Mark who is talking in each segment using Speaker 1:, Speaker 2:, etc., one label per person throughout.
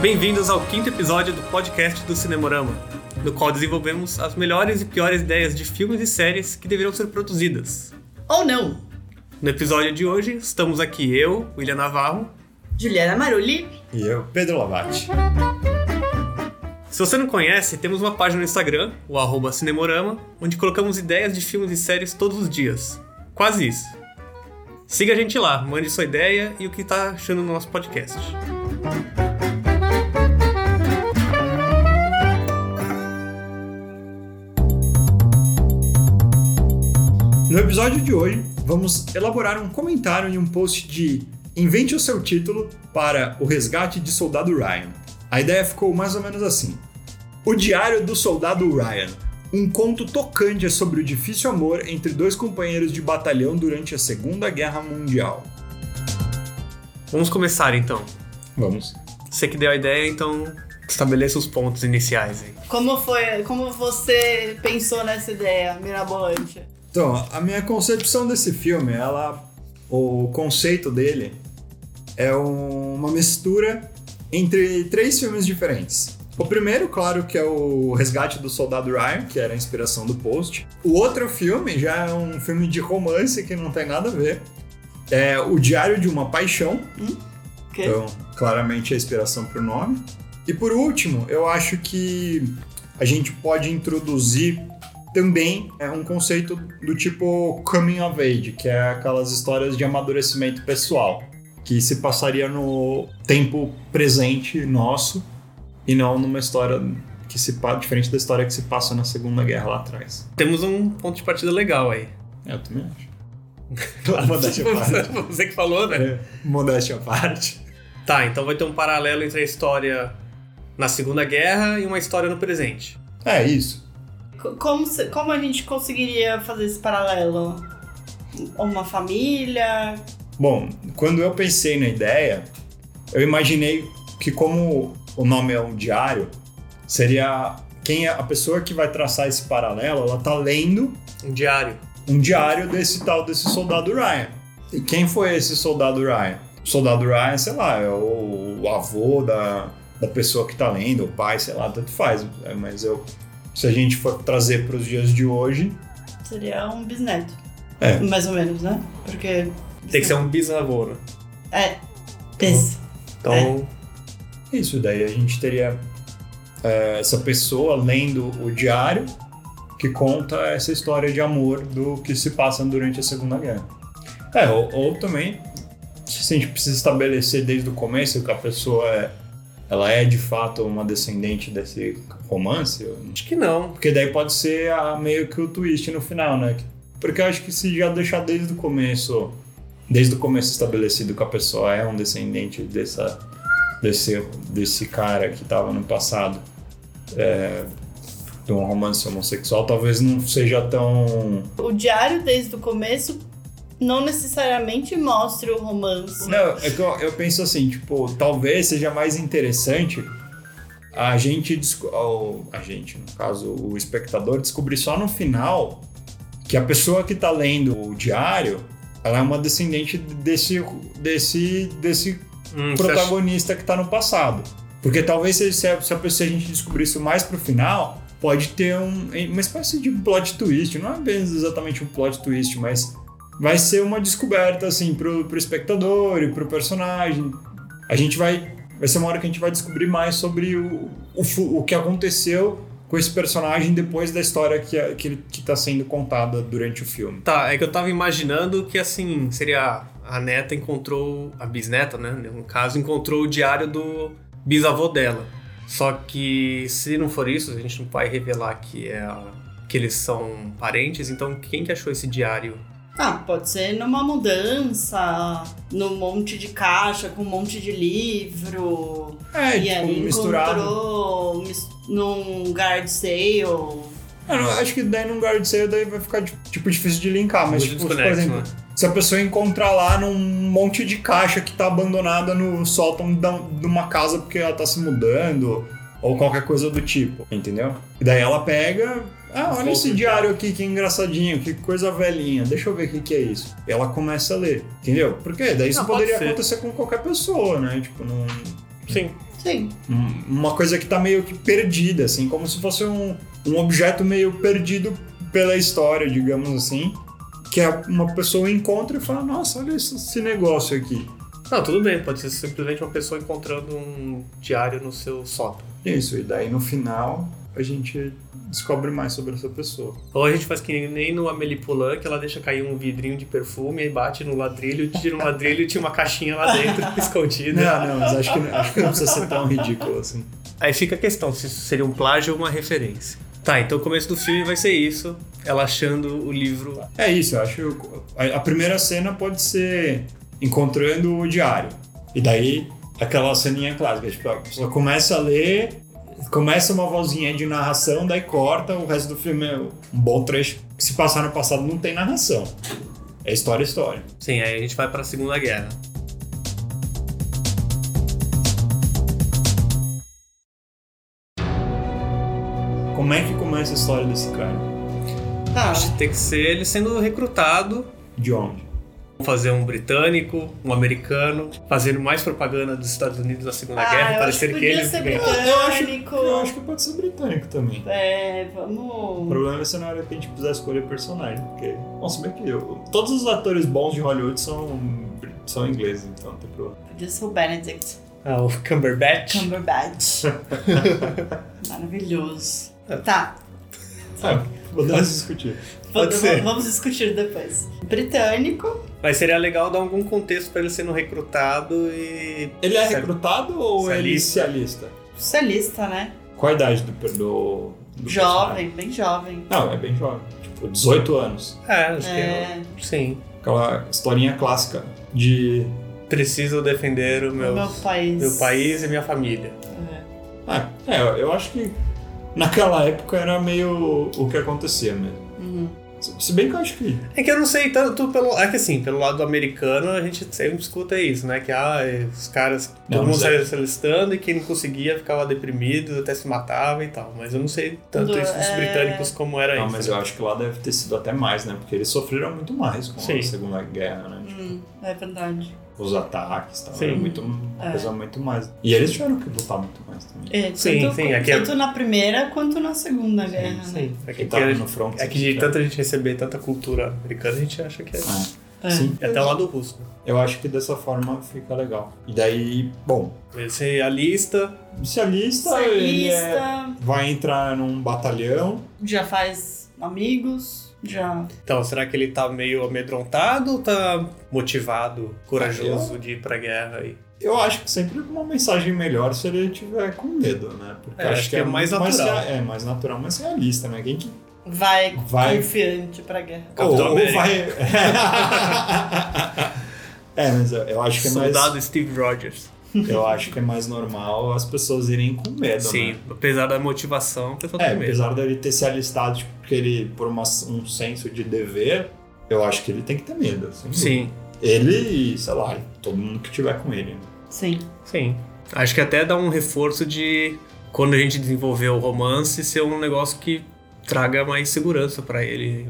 Speaker 1: Bem-vindos ao quinto episódio do podcast do Cinemorama, no qual desenvolvemos as melhores e piores ideias de filmes e séries que deveriam ser produzidas.
Speaker 2: Ou não?
Speaker 1: No episódio de hoje, estamos aqui eu, William Navarro.
Speaker 2: Juliana Marulli?
Speaker 3: E eu, Pedro Lavati.
Speaker 1: Se você não conhece, temos uma página no Instagram, o arroba Cinemorama, onde colocamos ideias de filmes e séries todos os dias. Quase isso. Siga a gente lá, mande sua ideia e o que está achando do nosso podcast.
Speaker 3: No episódio de hoje, vamos elaborar um comentário em um post de Invente o seu título para O Resgate de Soldado Ryan. A ideia ficou mais ou menos assim: O Diário do Soldado Ryan. Um conto tocante sobre o difícil amor entre dois companheiros de batalhão durante a Segunda Guerra Mundial.
Speaker 1: Vamos começar então.
Speaker 3: Vamos.
Speaker 1: Você que deu a ideia, então estabeleça os pontos iniciais aí.
Speaker 2: Como foi, como você pensou nessa ideia mirabolante?
Speaker 3: Então, a minha concepção desse filme, ela, o conceito dele é um- uma mistura entre três filmes diferentes. O primeiro, claro, que é o Resgate do Soldado Ryan, que era a inspiração do post. O outro filme já é um filme de romance que não tem nada a ver. É O Diário de uma Paixão,
Speaker 2: Que-
Speaker 3: então, claramente a inspiração para o nome. E por último, eu acho que a gente pode introduzir também é, um conceito do tipo coming of age, que é aquelas histórias de amadurecimento pessoal, que se passaria no tempo presente nosso e não numa história que se pa- diferente da história que se passa na Segunda Guerra lá atrás. É,
Speaker 1: Temos um ponto de partida legal aí.
Speaker 3: Eu também acho. Modéstia à parte.
Speaker 1: Você que falou, né?
Speaker 3: É, Modéstia à parte.
Speaker 1: Tá, então vai ter um paralelo entre a história na Segunda Guerra e uma história no presente.
Speaker 3: É isso.
Speaker 2: co- Como, se- como a gente conseguiria fazer esse paralelo? Uma família?
Speaker 3: Bom, quando eu pensei na ideia, eu imaginei que como o nome é um diário, seria quem é a pessoa que vai traçar esse paralelo, ela tá lendo
Speaker 1: Um diário.
Speaker 3: um diário desse tal desse soldado Ryan. E quem foi esse soldado Ryan? O soldado Ryan, sei lá, é o, o avô da, da pessoa que tá lendo, o pai, sei lá, tanto faz. É, Mas eu, se a gente for trazer para os dias de hoje,
Speaker 2: Seria um bisneto.
Speaker 3: É. Uhum.
Speaker 2: Mais ou menos, né? Porque.
Speaker 1: Tem que ser um bisavô. né?
Speaker 2: É. Desse.
Speaker 1: Então,
Speaker 3: É Isso, daí a gente teria é, essa pessoa lendo o diário que conta essa história de amor do que se passa durante a Segunda Guerra. É, ou, ou também, se a gente precisa estabelecer desde o começo que a pessoa é, ela é de fato uma descendente desse romance, eu-
Speaker 1: acho que não.
Speaker 3: porque daí pode ser a- meio que o twist no final, né? Porque eu acho que se já deixar desde o começo, desde o começo estabelecido que a pessoa é um descendente dessa, desse, desse cara que tava no passado, é, de um romance homossexual, talvez não seja tão.
Speaker 2: O diário, desde o começo, não necessariamente mostra o romance.
Speaker 3: Não, é que eu, eu penso assim, tipo, talvez seja mais interessante a gente, desco- ao- a gente, no caso, o espectador, descobrir só no final que a pessoa que tá lendo o diário, ela é uma descendente desse, desse, desse
Speaker 1: Hum, você acha-
Speaker 3: protagonista que tá no passado. Porque talvez se, se, a, se a pessoa- se a gente descobrisse mais pro final, pode ter um, uma espécie de plot twist. Não é bem exatamente um plot twist, mas vai ser uma descoberta, assim, pro, pro espectador e pro personagem. A gente vai. Vai ser uma hora que a gente vai descobrir mais sobre o, o, fu- o que aconteceu com esse personagem depois da história que, a- que, ele, que tá sendo contada durante o filme.
Speaker 1: Tá, é que eu tava imaginando que assim, seria a neta encontrou, a bisneta, né? No caso, encontrou o diário do bisavô dela. Só que se não for isso, a gente não vai revelar que, é, a- que eles são parentes, então quem que achou esse diário?
Speaker 2: Ah, pode ser numa mudança, num monte de caixa com um monte de livro.
Speaker 3: É,
Speaker 2: e aí
Speaker 3: tipo, misturado.
Speaker 2: encontrou um mis- num guard sale.
Speaker 3: Eu não- acho que daí num guard sale daí vai ficar tipo difícil de linkar, mas
Speaker 1: Hoje
Speaker 3: tipo, por
Speaker 1: desconecta,
Speaker 3: exemplo,
Speaker 1: né?
Speaker 3: se a pessoa encontrar lá num monte de caixa que tá abandonada no sótão da- de uma casa porque ela tá se mudando ou qualquer coisa do tipo, entendeu? E daí ela pega, ah, olha
Speaker 1: Volta
Speaker 3: esse
Speaker 1: o
Speaker 3: diário aqui que engraçadinho, que coisa velhinha, deixa eu ver o que, que é isso. E ela começa a ler, entendeu? Porque daí isso
Speaker 1: Ah, pode
Speaker 3: poderia
Speaker 1: ser.
Speaker 3: acontecer com qualquer pessoa, né? Tipo, não
Speaker 1: Sim.
Speaker 2: Sim.
Speaker 3: Um- Uma coisa que tá meio que perdida, assim, como se fosse um, um objeto meio perdido pela história, digamos assim. Que a- uma pessoa encontra e fala, nossa, olha esse, esse negócio aqui.
Speaker 1: Não, tudo bem, pode ser simplesmente uma pessoa encontrando um diário no seu sótão.
Speaker 3: Isso, e daí no final a gente descobre mais sobre essa pessoa.
Speaker 1: Ou a gente faz que nem no Amélie Poulain, que ela deixa cair um vidrinho de perfume, aí bate no ladrilho, tira um ladrilho e tinha uma caixinha lá dentro, escondida.
Speaker 3: Não, não, mas acho que, acho que não precisa ser tão ridículo assim.
Speaker 1: Aí fica a questão se isso seria um plágio ou uma referência. Tá, então o começo do filme vai ser isso, ela achando o livro.
Speaker 3: É isso, eu acho. A, a primeira cena pode ser encontrando o diário. E daí, aquela ceninha clássica, tipo, a pessoa começa a ler, começa uma vozinha de narração, daí corta, o resto do filme é um bom trecho. que Se passar no passado, não tem narração. É história, história.
Speaker 1: Sim, aí a gente vai pra Segunda Guerra.
Speaker 3: Como é que começa a história desse cara?
Speaker 2: Tá.
Speaker 1: Acho que tem que ser ele sendo recrutado,
Speaker 3: De onde?
Speaker 1: fazer um britânico, um americano, fazendo mais propaganda dos Estados Unidos na Segunda
Speaker 2: Ah,
Speaker 1: Guerra,
Speaker 2: eu
Speaker 1: parecer
Speaker 2: acho
Speaker 1: que,
Speaker 2: que
Speaker 1: ele
Speaker 2: podia ser
Speaker 1: ganhou.
Speaker 3: Eu acho,
Speaker 2: Britânico.
Speaker 3: eu acho que pode ser britânico também.
Speaker 2: É,
Speaker 3: O
Speaker 2: vamos.
Speaker 3: problema é se na hora que a gente quiser escolher personagem, porque. Bom, se bem que eu, todos os atores bons de Hollywood são, são ingleses, então não tem problema.
Speaker 2: Podia ser o Benedict
Speaker 1: Ah, o Cumberbatch.
Speaker 2: Cumberbatch. Maravilhoso.
Speaker 1: É.
Speaker 2: Tá,
Speaker 3: Ah, podemos discutir.
Speaker 1: Pode
Speaker 2: vamos-
Speaker 1: ser.
Speaker 2: vamos discutir depois. Britânico.
Speaker 1: Mas seria legal dar algum contexto pra ele sendo recrutado e.
Speaker 3: Ele é
Speaker 1: Se-
Speaker 3: recrutado ou
Speaker 1: se
Speaker 3: ele é se
Speaker 1: alista.
Speaker 3: alista?
Speaker 2: Socialista, né?
Speaker 3: Qual a idade do, do, do
Speaker 2: Jovem, bem jovem.
Speaker 3: personagem? Não, é bem jovem. Tipo, 18 anos.
Speaker 1: É, acho
Speaker 2: É,
Speaker 1: que eu... Sim.
Speaker 3: Aquela historinha clássica de.
Speaker 1: Preciso defender o meu,
Speaker 2: é meu país.
Speaker 1: meu país e minha família.
Speaker 2: É.
Speaker 3: Ah, é, eu- eu acho que naquela época era meio o que acontecia mesmo.
Speaker 2: Uhum.
Speaker 3: Se se bem que eu acho que.
Speaker 1: É que eu não sei tanto pelo. É que assim, pelo lado americano, a gente sempre escuta isso, né? Que ah, os caras.
Speaker 3: Não,
Speaker 1: todo mundo
Speaker 3: mas é.
Speaker 1: saía se alistando e quem não conseguia ficava deprimido, até se matava e tal. Mas eu não sei tanto
Speaker 2: Do-
Speaker 1: isso dos
Speaker 2: é.
Speaker 1: britânicos como era
Speaker 3: Não,
Speaker 1: isso. né?
Speaker 3: mas eu acho que lá deve ter sido até mais, né? Porque eles sofreram muito mais com
Speaker 1: Sim. Uhum.
Speaker 3: a Segunda Guerra, né? Tipo,
Speaker 2: Hum, é verdade.
Speaker 3: os ataques e tal.
Speaker 1: Sim.
Speaker 3: Era muito, uma
Speaker 2: É.
Speaker 3: coisa muito mais. E eles tiveram que lutar muito mais também.
Speaker 2: É,
Speaker 1: Sim,
Speaker 2: tanto,
Speaker 1: sim, aqui é-
Speaker 2: tanto na primeira quanto na segunda guerra. né?
Speaker 1: Sim. É que,
Speaker 3: Quem
Speaker 1: porque a
Speaker 3: tava
Speaker 1: gente-
Speaker 3: Então, no front. né?
Speaker 1: é que de tanta gente receber tanta cultura americana, a gente acha que é.
Speaker 3: Ah.
Speaker 2: É.
Speaker 3: Sim.
Speaker 1: É até o lado russo. né?
Speaker 3: Eu acho que dessa forma fica legal. E daí, bom,
Speaker 1: Ele se alista.
Speaker 3: o socialista, ele é-
Speaker 2: Socialista,
Speaker 3: vai entrar num batalhão.
Speaker 2: já faz amigos, já.
Speaker 1: Então, será que ele tá meio amedrontado ou tá motivado, corajoso de ir pra guerra aí?
Speaker 3: Eu acho que sempre uma mensagem melhor se ele tiver com medo, né? Porque
Speaker 1: É,
Speaker 3: eu
Speaker 1: acho que é
Speaker 3: muito
Speaker 1: mais natural.
Speaker 3: rea- é mais natural, mais realista, né? Quem que...
Speaker 2: Vai,
Speaker 3: Vai.
Speaker 2: confiante pra guerra.
Speaker 1: Capitão América.
Speaker 3: vai... é, mas eu, eu acho que é mais...
Speaker 1: Soldado Steve Rogers.
Speaker 3: Eu acho que é mais normal as pessoas irem com medo, né?
Speaker 1: Sim, apesar da motivação, o pessoal
Speaker 3: É,
Speaker 1: tem medo.
Speaker 3: apesar dele ter se alistado tipo, porque ele, por uma- um senso de dever, eu acho que ele tem que ter medo. sem dúvida.
Speaker 1: Sim,
Speaker 3: Ele e, sei lá, todo mundo que tiver com ele.
Speaker 2: Sim.
Speaker 1: sim. Acho que até dá um reforço de quando a gente desenvolveu o romance ser um negócio que traga mais segurança pra ele.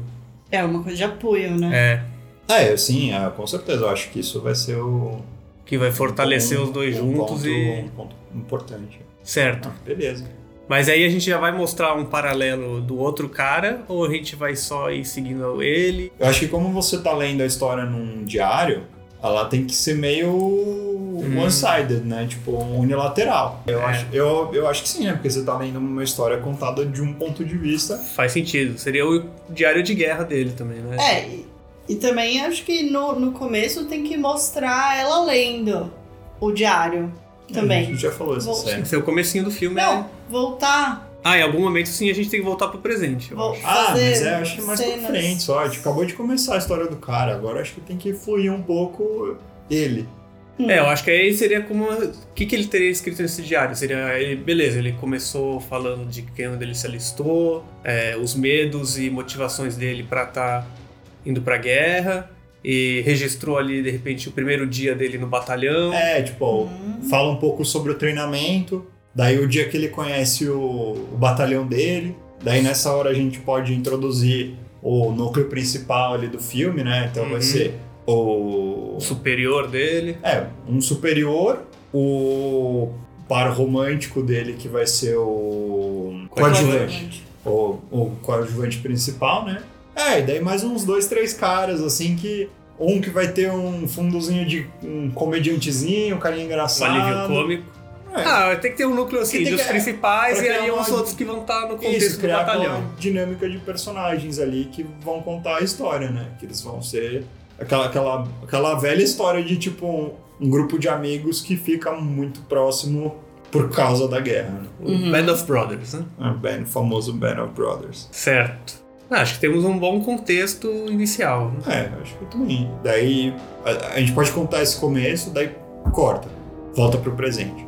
Speaker 2: É uma coisa de apoio, né?
Speaker 1: É,
Speaker 3: É, sim, é, com certeza. Eu acho que isso vai ser o.
Speaker 1: que vai fortalecer
Speaker 3: um-
Speaker 1: os dois
Speaker 3: um
Speaker 1: juntos
Speaker 3: ponto-
Speaker 1: e.
Speaker 3: Um ponto importante.
Speaker 1: Certo.
Speaker 3: Ah, beleza.
Speaker 1: Mas aí a gente já vai mostrar um paralelo do outro cara ou a gente vai só ir seguindo ele?
Speaker 3: Eu acho que como você tá lendo a história num diário, ela tem que ser meio one-sided, né? Tipo, unilateral. Eu,
Speaker 1: Hum. É.
Speaker 3: acho, eu, eu acho que sim, né? Porque você tá lendo uma história contada de um ponto de vista.
Speaker 1: Faz sentido. Seria o diário de guerra dele também, né?
Speaker 2: É, e, e também acho que no, no começo tem que mostrar ela lendo o diário
Speaker 3: A
Speaker 2: também.
Speaker 3: gente já falou essa
Speaker 2: Vou-
Speaker 3: cena.
Speaker 1: Esse é o comecinho do filme. né?
Speaker 2: Não, voltar.
Speaker 1: Ah, em algum momento sim a gente tem que voltar pro presente. eu
Speaker 2: Vou
Speaker 1: acho.
Speaker 3: Ah,
Speaker 2: fazer
Speaker 3: mas é, eu acho que mais pra
Speaker 2: cenas.
Speaker 3: frente só. A gente acabou de começar a história do cara, agora acho que tem que fluir um pouco ele.
Speaker 2: Hum.
Speaker 1: É, eu acho que aí seria como. O que, que ele teria escrito nesse diário? Seria. ele- beleza, ele começou falando de quem ele se alistou, é, os medos e motivações dele pra estar indo pra guerra, e registrou ali, de repente, o primeiro dia dele no batalhão.
Speaker 3: É, tipo,
Speaker 2: Hum,
Speaker 3: fala um pouco sobre o treinamento, daí o dia que ele conhece o, o batalhão dele, daí nessa hora a gente pode introduzir o núcleo principal ali do filme, né? Então
Speaker 1: Uhum.
Speaker 3: vai ser o.
Speaker 1: O superior dele.
Speaker 3: É, um superior, o par romântico dele, que vai ser o. Coadjuvante. O, o coadjuvante principal, né? É, e daí mais uns dois, três caras, assim, que. Um que vai ter um fundozinho de um comediantezinho, um carinha
Speaker 1: Um
Speaker 3: engraçado.
Speaker 1: alívio cômico.
Speaker 3: É.
Speaker 1: Ah, tem que ter um núcleo assim,
Speaker 3: Porque tem
Speaker 1: dos
Speaker 3: que-
Speaker 1: principais
Speaker 3: pra
Speaker 1: e
Speaker 3: criar
Speaker 1: aí
Speaker 3: uma-
Speaker 1: uns outros que vão estar no contexto
Speaker 3: Isso,
Speaker 1: do
Speaker 3: criar
Speaker 1: batalhão.
Speaker 3: aquela dinâmica de personagens ali que vão contar a história, né? Que eles vão ser aquela, aquela, aquela velha história de tipo um, um grupo de amigos que fica muito próximo por causa da guerra, né?
Speaker 2: Uhum.
Speaker 1: Band of Brothers, né?
Speaker 3: É, bem, o famoso Band of Brothers.
Speaker 1: Certo. Ah, acho que temos um bom contexto inicial. né?
Speaker 3: É, acho que também. Daí a, a gente pode contar esse começo, daí corta, volta pro presente.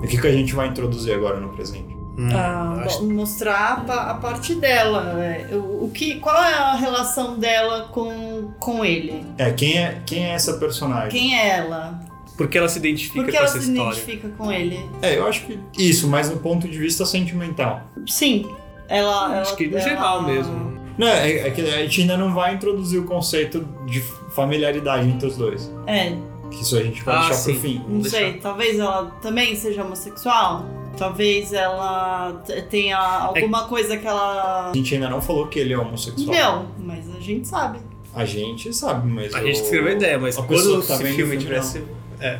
Speaker 3: E O que, que a gente vai introduzir agora no presente?
Speaker 1: Hum,
Speaker 2: Ah,
Speaker 1: acho-
Speaker 2: bom, mostrar a, pa- a parte dela. né? O, o que, qual é a relação dela com, com ele?
Speaker 3: É, quem é, quem é essa personagem?
Speaker 2: Quem é ela?
Speaker 1: Por que ela se identifica
Speaker 2: Por que
Speaker 1: com
Speaker 2: ela
Speaker 1: essa
Speaker 2: se
Speaker 1: história?
Speaker 2: identifica com ele?
Speaker 3: É, eu acho que isso, mas no ponto de vista sentimental.
Speaker 2: Sim. Ela. né? Ah.
Speaker 1: Acho
Speaker 2: ela-
Speaker 1: que no
Speaker 2: ela-
Speaker 1: geral mesmo.
Speaker 3: Não, é, é que a gente ainda não vai introduzir o conceito de familiaridade entre os dois.
Speaker 2: É,
Speaker 3: Que isso a gente vai
Speaker 1: Ah,
Speaker 3: deixar
Speaker 1: sim.
Speaker 3: pro fim.
Speaker 2: não
Speaker 1: Vamos
Speaker 2: sei. Talvez ela também seja homossexual. Talvez ela t-
Speaker 1: É
Speaker 2: tenha alguma coisa que ela.
Speaker 3: A gente ainda não falou que ele é homossexual.
Speaker 2: Não, mas a gente sabe.
Speaker 3: A gente sabe, mas.
Speaker 1: A
Speaker 3: o-
Speaker 1: gente escreveu a ideia, mas
Speaker 3: a pessoa
Speaker 1: quando
Speaker 3: que tá
Speaker 1: esse
Speaker 3: vendo
Speaker 1: filme
Speaker 3: o filme,
Speaker 1: tivesse.
Speaker 2: É,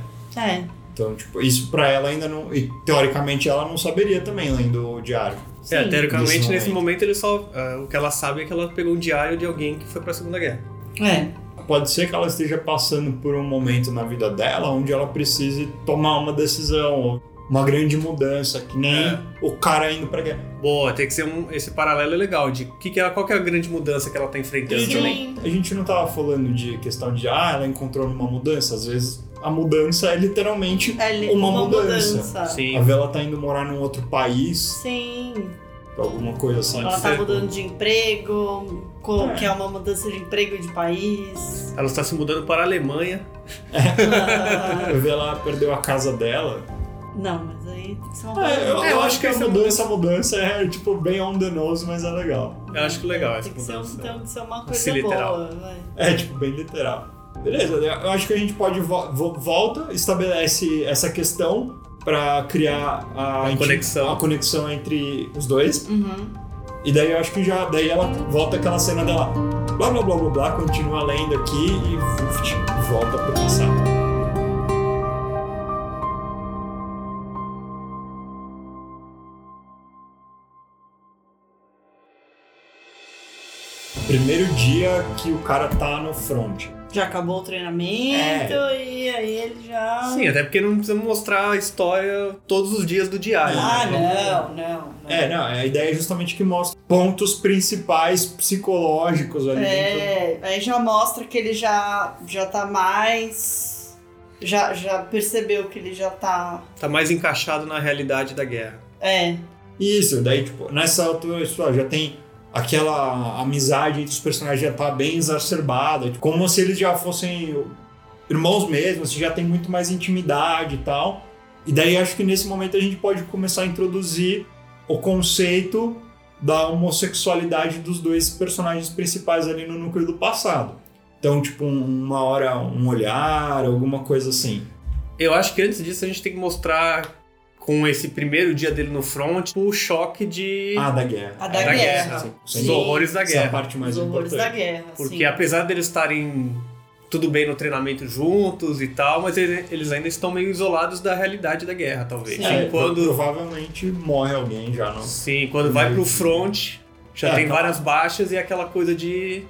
Speaker 3: Então, tipo, isso pra ela ainda não. E teoricamente ela não saberia também, lendo o diário.
Speaker 2: sim.
Speaker 1: É, teoricamente,
Speaker 3: Nesse
Speaker 1: nesse momento, ele só. ah, o que ela sabe é que ela pegou um diário de alguém que foi pra Segunda Guerra.
Speaker 2: É,
Speaker 3: Pode ser que ela esteja passando por um momento na vida dela onde ela precise tomar uma decisão, ou uma grande mudança, que nem
Speaker 1: É.
Speaker 3: o cara indo pra guerra.
Speaker 1: Boa, tem que ser um, esse paralelo é legal de que que ela, qual que é a grande mudança que ela tá enfrentando
Speaker 3: Sim.
Speaker 1: também.
Speaker 3: A gente não tava falando de questão de, ah, ela encontrou uma mudança. Às vezes a mudança é literalmente.
Speaker 2: É li-
Speaker 3: Uma
Speaker 2: uma,
Speaker 3: mudança.
Speaker 2: mudança.
Speaker 1: Sim.
Speaker 3: A Vela tá indo morar num outro país,
Speaker 2: Sim.
Speaker 3: alguma coisa assim.
Speaker 1: Pode
Speaker 2: Ela
Speaker 1: ser.
Speaker 2: tá mudando de emprego, co-
Speaker 3: É.
Speaker 2: que é uma mudança de emprego e de país.
Speaker 1: Ela está se mudando para a Alemanha.
Speaker 2: Ah,
Speaker 3: Eu vi ela perdeu a casa dela.
Speaker 2: não, mas aí tem que ser uma
Speaker 3: É, eu,
Speaker 2: mudança.
Speaker 1: É, eu
Speaker 3: acho que a
Speaker 1: essa
Speaker 3: mudança, a mudança é tipo bem on the nose, mas é legal.
Speaker 1: Eu acho que legal essa
Speaker 2: Tem que ser, um-
Speaker 1: mudança.
Speaker 2: tem que ser uma
Speaker 1: Se
Speaker 2: coisa
Speaker 1: literal.
Speaker 2: boa. vai.
Speaker 3: É tipo bem literal. Beleza, eu acho que a gente pode vo- vo- volta, estabelece essa questão pra criar a,
Speaker 1: A
Speaker 3: inti-
Speaker 1: conexão.
Speaker 3: a conexão entre os dois.
Speaker 2: Uhum.
Speaker 3: E daí eu acho que já daí ela volta aquela cena dela. Blá blá blá blá blá, continua lendo aqui e vuft, volta pro passado. Primeiro dia que o cara tá no front.
Speaker 2: Já acabou o treinamento e aí ele já.
Speaker 1: É. Sim, até porque não precisa mostrar a história todos os dias do diário.
Speaker 2: Ah,
Speaker 1: né?
Speaker 2: não, não. não.
Speaker 3: É, não, a ideia é justamente que mostra pontos principais psicológicos ali dentro.
Speaker 2: É, aí já mostra que ele já, já tá mais. Já, já percebeu que ele já tá.
Speaker 1: Tá mais encaixado na realidade da guerra.
Speaker 2: É,
Speaker 3: Isso, daí, tipo, nessa altura, pessoal, já tem aquela amizade entre os personagens já tá bem exacerbada, tipo, como se eles já fossem irmãos mesmo, você já tem muito mais intimidade e tal. E daí acho que nesse momento a gente pode começar a introduzir o conceito da homossexualidade dos dois personagens principais ali no núcleo do passado. Então, tipo, um- uma hora um olhar, alguma coisa assim.
Speaker 1: Eu acho que antes disso a gente tem que mostrar com esse primeiro dia dele no front o choque de
Speaker 3: Ah, da guerra.
Speaker 2: A da
Speaker 3: É,
Speaker 1: da
Speaker 2: guerra.
Speaker 1: Os
Speaker 3: Sim.
Speaker 1: horrores da
Speaker 3: Essa é a
Speaker 1: guerra.
Speaker 3: parte mais
Speaker 2: os horrores
Speaker 3: importante.
Speaker 2: da guerra. assim.
Speaker 1: Porque
Speaker 2: sim.
Speaker 1: apesar deles estarem tudo bem no treinamento juntos e tal, mas ele- eles ainda estão meio isolados da realidade da guerra, talvez.
Speaker 2: Sim.
Speaker 1: Sim,
Speaker 3: É,
Speaker 1: quando,
Speaker 3: Provavelmente morre alguém já, não?
Speaker 1: sim, quando vai pro front, já
Speaker 3: É,
Speaker 1: tem
Speaker 3: tá.
Speaker 1: várias baixas e aquela coisa de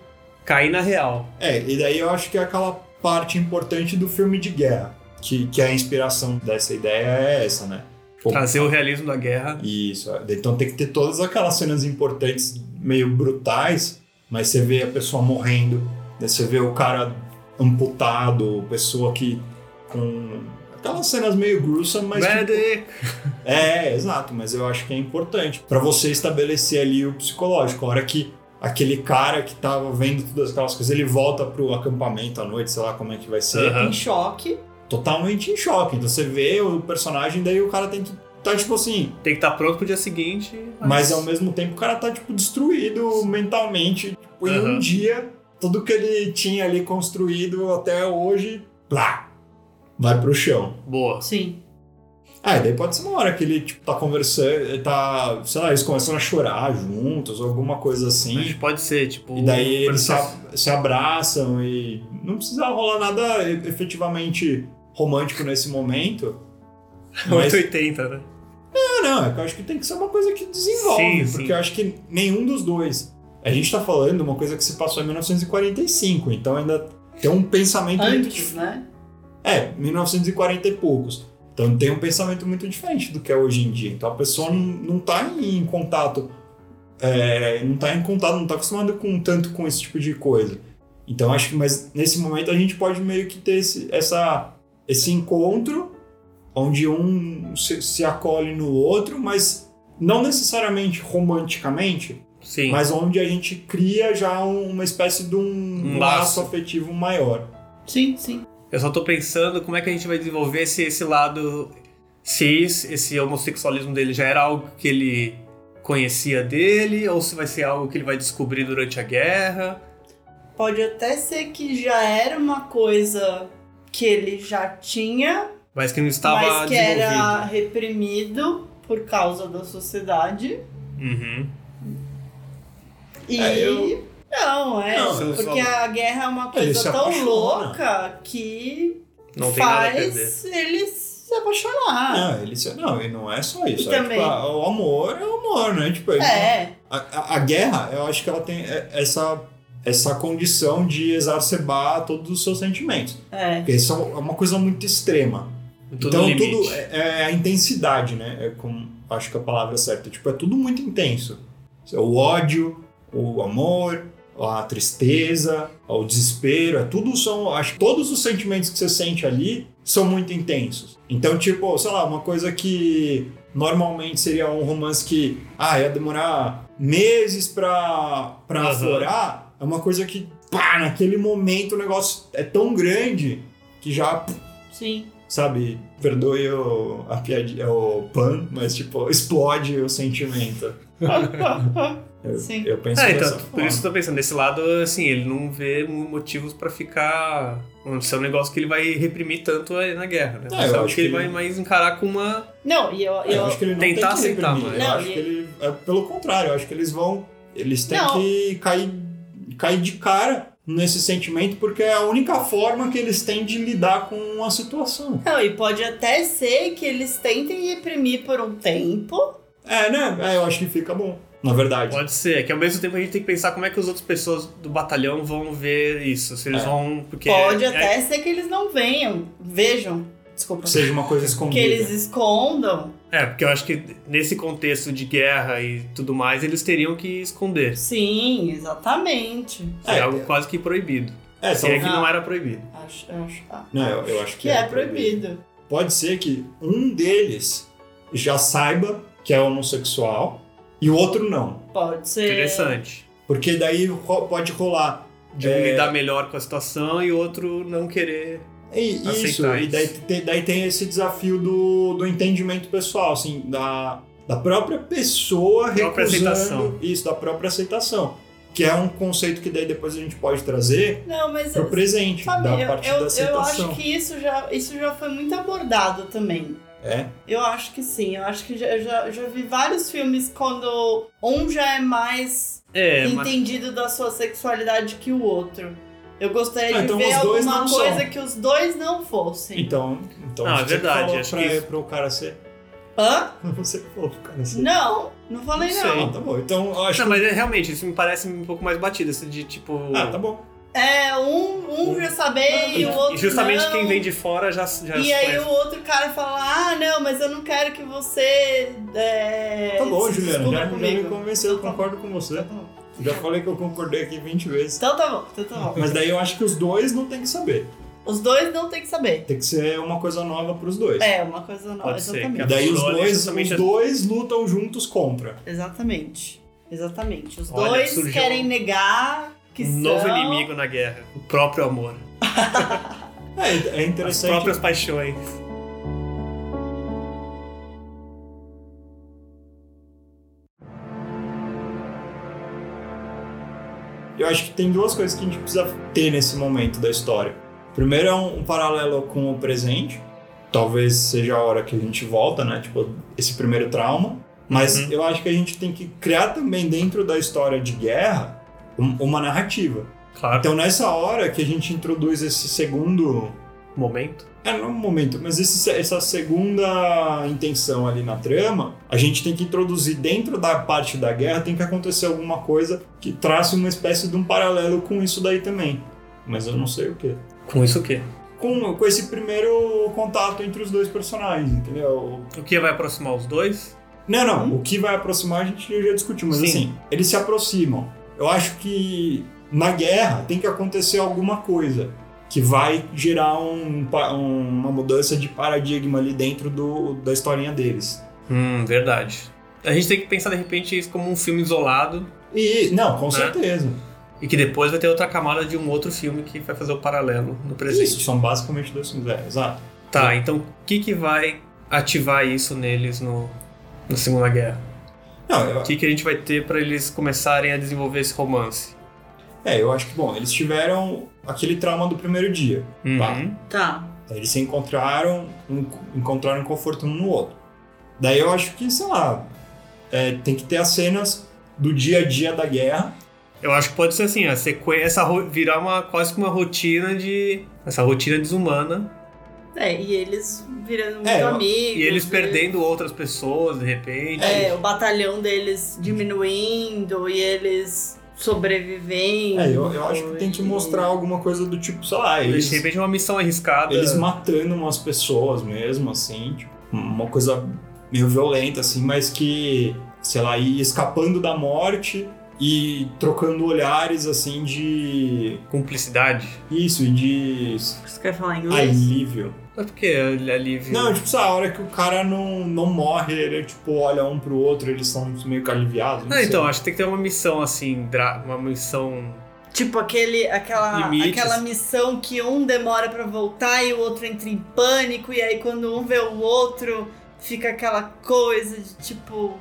Speaker 1: cair na real.
Speaker 3: É, e daí eu acho que é aquela parte importante do filme de guerra. Que, que a inspiração dessa ideia é essa, né? Pô,
Speaker 1: Trazer o realismo da guerra.
Speaker 3: Isso. é. Então tem que ter todas aquelas cenas importantes, meio brutais, mas você vê a pessoa morrendo, né? você vê o cara amputado, pessoa que. com. Aquelas cenas meio gruesome, mas. tipo, que-
Speaker 1: Medic!
Speaker 3: É, exato, mas eu acho que é importante pra você estabelecer ali o psicológico. A hora que aquele cara que tava vendo todas aquelas coisas, ele volta pro acampamento à noite, sei lá como é que vai ser,
Speaker 1: Aham.
Speaker 2: Em choque.
Speaker 3: totalmente em choque. Então você vê o personagem, daí o cara tem que tá tipo assim.
Speaker 1: Tem que estar pronto pro dia seguinte.
Speaker 3: Mas é ao mesmo tempo o cara tá, tipo, destruído mentalmente. Tipo, em
Speaker 1: Aham.
Speaker 3: um dia, tudo que ele tinha ali construído até hoje, plá, vai pro chão.
Speaker 1: Boa.
Speaker 2: Sim.
Speaker 3: Ah, e daí pode ser uma hora que ele, tipo, tá conversando, ele tá, sei lá, eles começam a chorar juntos, ou alguma coisa assim.
Speaker 1: Mas pode ser, tipo.
Speaker 3: E daí
Speaker 1: quando
Speaker 3: eles se,
Speaker 1: você-
Speaker 3: a- se abraçam e não precisa rolar nada e- efetivamente romântico nesse momento. Mas,
Speaker 1: 880, né?
Speaker 3: não, não, é que eu acho que tem que ser uma coisa que desenvolve,
Speaker 1: Sim,
Speaker 3: porque
Speaker 1: sim.
Speaker 3: eu acho que nenhum dos dois. A gente tá falando de uma coisa que se passou em 1945, então ainda tem um pensamento muito
Speaker 2: Antes,
Speaker 3: dif-
Speaker 2: né?
Speaker 3: É, 1940 e poucos. Então tem um pensamento muito diferente do que é hoje em dia. Então a pessoa não, não tá em contato, é, não tá em contato, não tá acostumada com tanto com esse tipo de coisa. Então acho que, mas nesse momento a gente pode meio que ter esse, essa, esse encontro onde um se, se acolhe no outro, mas não necessariamente romanticamente,
Speaker 1: Sim.
Speaker 3: mas onde a gente cria já um- uma espécie de um,
Speaker 1: Um laço.
Speaker 3: laço afetivo maior.
Speaker 2: Sim, sim.
Speaker 1: Eu só tô pensando como é que a gente vai desenvolver esse, esse lado cis, esse homossexualismo dele já era algo que ele conhecia dele, ou se vai ser algo que ele vai descobrir durante a guerra.
Speaker 2: Pode até ser que já era uma coisa que ele já tinha,
Speaker 1: Mas que não estava
Speaker 2: mas que
Speaker 1: desenvolvido.
Speaker 2: era reprimido por causa da sociedade.
Speaker 1: Uhum.
Speaker 2: E.
Speaker 3: É, eu-
Speaker 2: Não, é.
Speaker 3: Não,
Speaker 1: eu
Speaker 2: porque
Speaker 1: falo-
Speaker 2: a guerra é uma
Speaker 3: Ele se
Speaker 2: coisa tão
Speaker 3: apaixona.
Speaker 2: louca que
Speaker 1: Não tem nada a perder.
Speaker 2: faz ele se apaixonar.
Speaker 3: Ah, Não, ele se- não, e não é só isso.
Speaker 2: E
Speaker 3: É,
Speaker 2: também-
Speaker 3: tipo, a- o amor é o amor, né? Tipo, ele-
Speaker 2: É,
Speaker 3: a, a- a guerra, eu acho que ela tem é, essa, essa condição de exacerbar todos os seus sentimentos.
Speaker 2: é.
Speaker 3: Porque isso é uma coisa muito extrema.
Speaker 1: Tudo
Speaker 3: então,
Speaker 1: no limite.
Speaker 3: tudo é, é a intensidade, né? É como, acho que a palavra é certa. Tipo, é tudo muito intenso. O ódio, o amor, a tristeza, o desespero, é tudo são. Acho que todos os sentimentos que você sente ali são muito intensos. Então, tipo, sei lá, uma coisa que normalmente seria um romance que ah, ia demorar meses pra, pra
Speaker 1: Aham.
Speaker 3: aflorar, é uma coisa que, pá, naquele momento o negócio é tão grande que já
Speaker 2: Sim.
Speaker 3: sabe, perdoe o, a piadinha, é o pan, mas tipo, explode o sentimento.
Speaker 2: Sim.
Speaker 3: Eu penso
Speaker 1: É,
Speaker 3: dessa
Speaker 1: então, por
Speaker 3: forma.
Speaker 1: isso eu tô pensando, desse lado, assim, ele não vê motivos pra ficar. Não ser um negócio que ele vai reprimir tanto aí na guerra, né?
Speaker 3: É,
Speaker 1: Mas
Speaker 3: eu
Speaker 1: é algo
Speaker 3: acho
Speaker 1: que ele
Speaker 3: que-
Speaker 1: vai mais encarar com uma.
Speaker 2: Não, e eu.
Speaker 3: Eu,
Speaker 2: eu...
Speaker 3: acho que ele não
Speaker 1: tentar
Speaker 3: tem que
Speaker 1: aceitar,
Speaker 3: reprimir,
Speaker 2: mas-
Speaker 3: Eu
Speaker 2: Não,
Speaker 3: acho
Speaker 2: e-
Speaker 3: que ele, é pelo contrário, eu acho que eles vão, eles têm
Speaker 2: Não.
Speaker 3: que cair, cair de cara nesse sentimento, porque é a única forma que eles têm de lidar com a situação.
Speaker 2: Não, e pode até ser que eles tentem reprimir por um tempo.
Speaker 3: É, né? É, eu acho que fica bom, na verdade.
Speaker 1: Pode ser, é que ao mesmo tempo a gente tem que pensar como é que as outras pessoas do batalhão vão ver isso. Se eles
Speaker 3: É.
Speaker 1: vão. Porque
Speaker 2: pode
Speaker 1: é-
Speaker 2: até ser que eles não venham. Vejam. Desculpa.
Speaker 3: Seja uma coisa
Speaker 2: Que
Speaker 3: escondida.
Speaker 2: eles escondam.
Speaker 1: É, porque eu acho que nesse contexto de guerra e tudo mais, eles teriam que esconder.
Speaker 2: Sim, exatamente.
Speaker 1: É,
Speaker 3: É,
Speaker 1: algo quase que proibido.
Speaker 3: É,
Speaker 1: Se
Speaker 3: são...
Speaker 1: é que
Speaker 2: Ah.
Speaker 1: não era proibido.
Speaker 2: Acho, acho, ah,
Speaker 3: Não, eu, eu acho que,
Speaker 2: que é proibido.
Speaker 3: pode ser que um deles já saiba que é homossexual e o outro não.
Speaker 2: Pode ser.
Speaker 1: Interessante.
Speaker 3: Porque daí ro- pode rolar.
Speaker 1: De um
Speaker 3: É.
Speaker 1: lidar melhor com a situação e outro não querer.
Speaker 3: E, e isso,
Speaker 1: Aceitar
Speaker 3: e daí, te- daí tem esse desafio do, do entendimento pessoal, assim, da, da própria pessoa
Speaker 1: Própria
Speaker 3: recusando
Speaker 1: aceitação.
Speaker 3: isso, da própria aceitação. Que é um conceito que daí depois a gente pode trazer
Speaker 2: Não, mas
Speaker 3: pro presente,
Speaker 2: sabe,
Speaker 3: da
Speaker 2: eu,
Speaker 3: parte
Speaker 2: eu,
Speaker 3: da
Speaker 2: eu
Speaker 3: aceitação.
Speaker 2: acho que isso já, isso já foi muito abordado também.
Speaker 3: É.
Speaker 2: Eu acho que sim. Eu acho que já, eu já, já vi vários filmes quando um já é mais
Speaker 1: É, mas.
Speaker 2: entendido da sua sexualidade que o outro. Eu gostaria
Speaker 3: Ah,
Speaker 2: de
Speaker 3: então
Speaker 2: ver
Speaker 3: os dois
Speaker 2: alguma
Speaker 3: não são.
Speaker 2: coisa que os dois não fossem.
Speaker 3: Então, então
Speaker 1: Não, é
Speaker 3: você que
Speaker 1: verdade,
Speaker 3: falou
Speaker 1: acho
Speaker 3: pra,
Speaker 1: que-
Speaker 3: pro cara ser.
Speaker 2: Hã?
Speaker 3: Você que falou pro cara ser.
Speaker 2: Não, não falei
Speaker 1: Não
Speaker 2: não.
Speaker 1: sei.
Speaker 3: Ah, tá bom. Então, eu acho
Speaker 1: Não, mas é, realmente, isso me parece um pouco mais batido, esse de tipo.
Speaker 3: Ah, tá bom.
Speaker 2: É, um, um já saber e o outro
Speaker 1: E justamente
Speaker 2: não.
Speaker 1: quem vem de fora já. já
Speaker 2: E aí
Speaker 1: conhece.
Speaker 2: o outro cara fala, ah, não, mas eu não quero que você é,
Speaker 3: Tá bom,
Speaker 2: se
Speaker 3: Juliana.
Speaker 2: descubra
Speaker 3: Já, já me
Speaker 2: comigo.
Speaker 3: convenceu, eu
Speaker 2: Então tá
Speaker 3: concordo com você.
Speaker 2: Então tá bom.
Speaker 3: Já falei que eu concordei aqui 20 vezes.
Speaker 2: Então tá bom, então tá bom.
Speaker 3: Mas daí eu acho que os dois não tem que saber.
Speaker 2: Os dois não tem que saber.
Speaker 3: Tem que ser uma coisa nova pros dois.
Speaker 2: É, uma coisa nova,
Speaker 1: Pode ser,
Speaker 3: E
Speaker 2: exatamente.
Speaker 1: cara.
Speaker 3: daí os
Speaker 1: Olha,
Speaker 3: dois, os
Speaker 1: é justamente-
Speaker 3: dois lutam juntos contra.
Speaker 2: Exatamente. Exatamente. Os
Speaker 1: Olha,
Speaker 2: dois
Speaker 1: surgiu
Speaker 2: querem negar que
Speaker 1: Um novo
Speaker 2: são...
Speaker 1: inimigo na guerra, o próprio amor,
Speaker 3: É, é
Speaker 1: as
Speaker 3: interessante.
Speaker 1: próprias paixões.
Speaker 3: Eu acho que tem duas coisas que a gente precisa ter nesse momento da história. Primeiro é um, um paralelo com o presente. Talvez seja a hora que a gente volta, né? Tipo, esse primeiro trauma. Mas
Speaker 1: Uhum.
Speaker 3: eu acho que a gente tem que criar também dentro da história de guerra um- uma narrativa.
Speaker 1: Claro.
Speaker 3: Então nessa hora que a gente introduz esse segundo
Speaker 1: Momento.
Speaker 3: é, não um momento, mas esse- essa segunda intenção ali na trama, a gente tem que introduzir dentro da parte da guerra, tem que acontecer alguma coisa que trace uma espécie de um paralelo com isso daí também. Mas eu não sei o quê.
Speaker 1: Com isso o quê?
Speaker 3: Com, com esse primeiro contato entre os dois personagens, entendeu?
Speaker 1: O que vai aproximar os dois?
Speaker 3: Não, não, o que vai aproximar a gente já discutiu, mas
Speaker 1: Hum? Sim.
Speaker 3: assim, eles se aproximam. Eu acho que na guerra tem que acontecer alguma coisa que vai gerar um pa- um- uma mudança de paradigma ali dentro do, da historinha deles.
Speaker 1: Hum, verdade. A gente tem que pensar de repente isso como um filme isolado
Speaker 3: E, não, com
Speaker 1: Né?
Speaker 3: certeza.
Speaker 1: e que depois vai ter outra camada de um outro filme que vai fazer o paralelo no presente.
Speaker 3: Isso, são basicamente dois filmes, é, exato.
Speaker 1: Tá, então o que, que vai ativar isso neles no, na Segunda Guerra?
Speaker 3: Não, eu,
Speaker 1: O que, que a gente vai ter pra eles começarem a desenvolver esse romance?
Speaker 3: é, eu acho que, bom, eles tiveram aquele trauma do primeiro dia. Tá.
Speaker 1: Uhum.
Speaker 2: Tá.
Speaker 3: Aí Eles se encontraram, um- encontraram conforto um no outro. Daí eu acho que, sei lá, é, tem que ter as cenas do dia a dia da guerra.
Speaker 1: Eu acho que pode ser assim, a sequência essa ro- virar uma quase que uma rotina de essa rotina desumana
Speaker 2: É, e eles virando muito
Speaker 3: É, eu-
Speaker 2: amigos.
Speaker 1: e eles
Speaker 2: e-
Speaker 1: perdendo outras pessoas de repente.
Speaker 2: É, o batalhão deles diminuindo e eles sobrevivendo.
Speaker 3: É, eu, eu acho que tem que
Speaker 2: e-
Speaker 3: mostrar alguma coisa do tipo, sei lá,
Speaker 1: Eles, de
Speaker 3: eles,
Speaker 1: repente é uma missão arriscada.
Speaker 3: eles matando umas pessoas mesmo, assim, tipo, uma coisa meio violenta, assim, mas que, sei lá, e escapando da morte e trocando olhares, assim, de.
Speaker 1: Cumplicidade.
Speaker 3: Isso, e de
Speaker 2: Você quer falar inglês?
Speaker 3: alívio.
Speaker 1: Mas por que é alívio?
Speaker 3: Não, tipo, sabe, a hora que o cara não, não morre, ele, tipo, olha um pro outro, eles são meio que aliviados. Não
Speaker 1: Ah,
Speaker 3: sei.
Speaker 1: então, acho que tem que ter uma missão assim, dra- uma missão.
Speaker 2: Tipo aquele, aquela,
Speaker 1: Limites.
Speaker 2: aquela missão que um demora pra voltar e o outro entra em pânico, e aí quando um vê o outro, fica aquela coisa de tipo.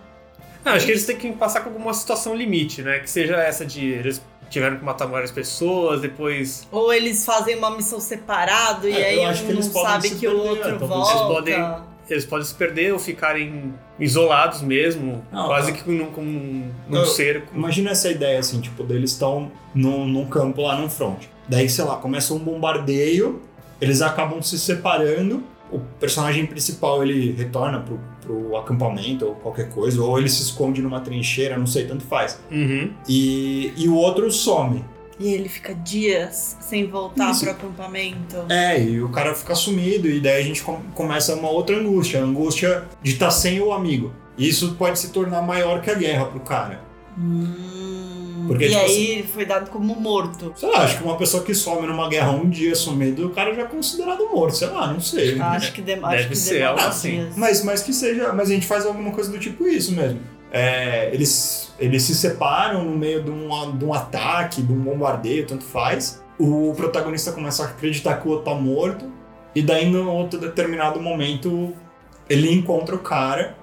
Speaker 1: Ah, acho que eles têm que passar com alguma situação limite, né? Que seja essa de eles tiveram que matar várias pessoas, depois
Speaker 2: Ou eles fazem uma missão separado e
Speaker 3: É,
Speaker 2: aí
Speaker 3: eu
Speaker 2: um
Speaker 3: acho que
Speaker 2: não
Speaker 3: eles podem
Speaker 2: sabe
Speaker 3: se
Speaker 2: que o
Speaker 3: perder,
Speaker 2: outro
Speaker 3: talvez.
Speaker 2: volta.
Speaker 1: Eles podem- eles podem se perder ou ficarem isolados mesmo,
Speaker 3: Não, tá.
Speaker 1: quase
Speaker 3: não.
Speaker 1: que num, como um, num
Speaker 3: Eu-
Speaker 1: cerco.
Speaker 3: Imagina essa ideia, assim, tipo, deles estão num, num campo lá no front. Daí, sei lá, começa um bombardeio, eles acabam se separando, o personagem principal, ele retorna pro, pro acampamento ou qualquer coisa, ou ele se esconde numa trincheira, não sei, tanto faz.
Speaker 1: Uhum.
Speaker 3: E, e o outro some.
Speaker 2: E ele fica dias sem voltar
Speaker 3: Isso.
Speaker 2: pro acampamento.
Speaker 3: É, e o cara fica sumido, e daí a gente com- começa uma outra angústia, a angústia de estar sem o amigo. E isso pode se tornar maior que a guerra pro cara.
Speaker 2: Hum,
Speaker 3: Porque,
Speaker 2: e
Speaker 3: tipo
Speaker 1: assim,
Speaker 2: aí ele foi dado como morto.
Speaker 3: Sei lá, acho que uma pessoa que some numa guerra um dia sumido, o cara já é considerado morto, sei lá, não sei.
Speaker 2: Acho que, demora
Speaker 1: Deve
Speaker 2: acho que
Speaker 1: ser
Speaker 2: demora
Speaker 1: algo assim.
Speaker 2: dias.
Speaker 3: Mas, mas que seja, mas a gente faz alguma coisa do tipo isso mesmo. É, eles, eles se separam no meio de um, de um ataque, de um bombardeio, tanto faz. O protagonista começa a acreditar que o outro tá morto, e daí, num outro determinado momento, ele encontra o cara,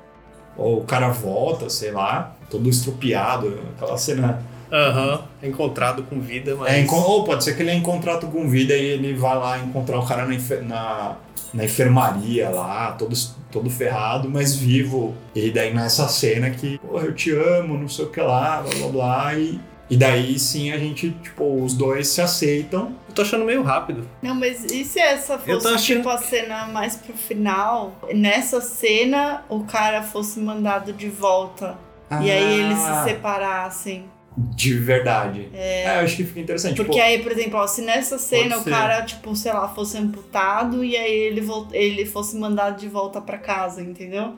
Speaker 3: ou o cara volta, sei lá, todo estrupiado, aquela cena.
Speaker 1: Aham. É Encontrado com vida, mas.
Speaker 3: É, encon- ou pode ser que ele é em contrato com vida e ele vai lá encontrar o cara na, enfer- na, na enfermaria lá, todo, es- todo ferrado, mas vivo. E daí nessa cena que, porra, eu te amo, não sei o que lá, blá blá blá. E, e daí sim a gente, tipo, os dois se aceitam.
Speaker 1: Eu tô achando meio rápido.
Speaker 2: Não, mas e se essa fosse
Speaker 1: Eu tô achando
Speaker 2: tipo a cena mais pro final? Nessa cena, o cara fosse mandado de volta. E aí eles
Speaker 1: Ah.
Speaker 2: se separassem.
Speaker 3: Ah, De verdade. É. eu acho que fica interessante. tipo,
Speaker 2: Porque
Speaker 3: pô,
Speaker 2: aí, por exemplo, ó, se nessa cena o
Speaker 1: tipo, ser.
Speaker 2: cara, tipo, sei lá, fosse amputado e aí ele, vol- ele fosse mandado de volta pra casa, entendeu?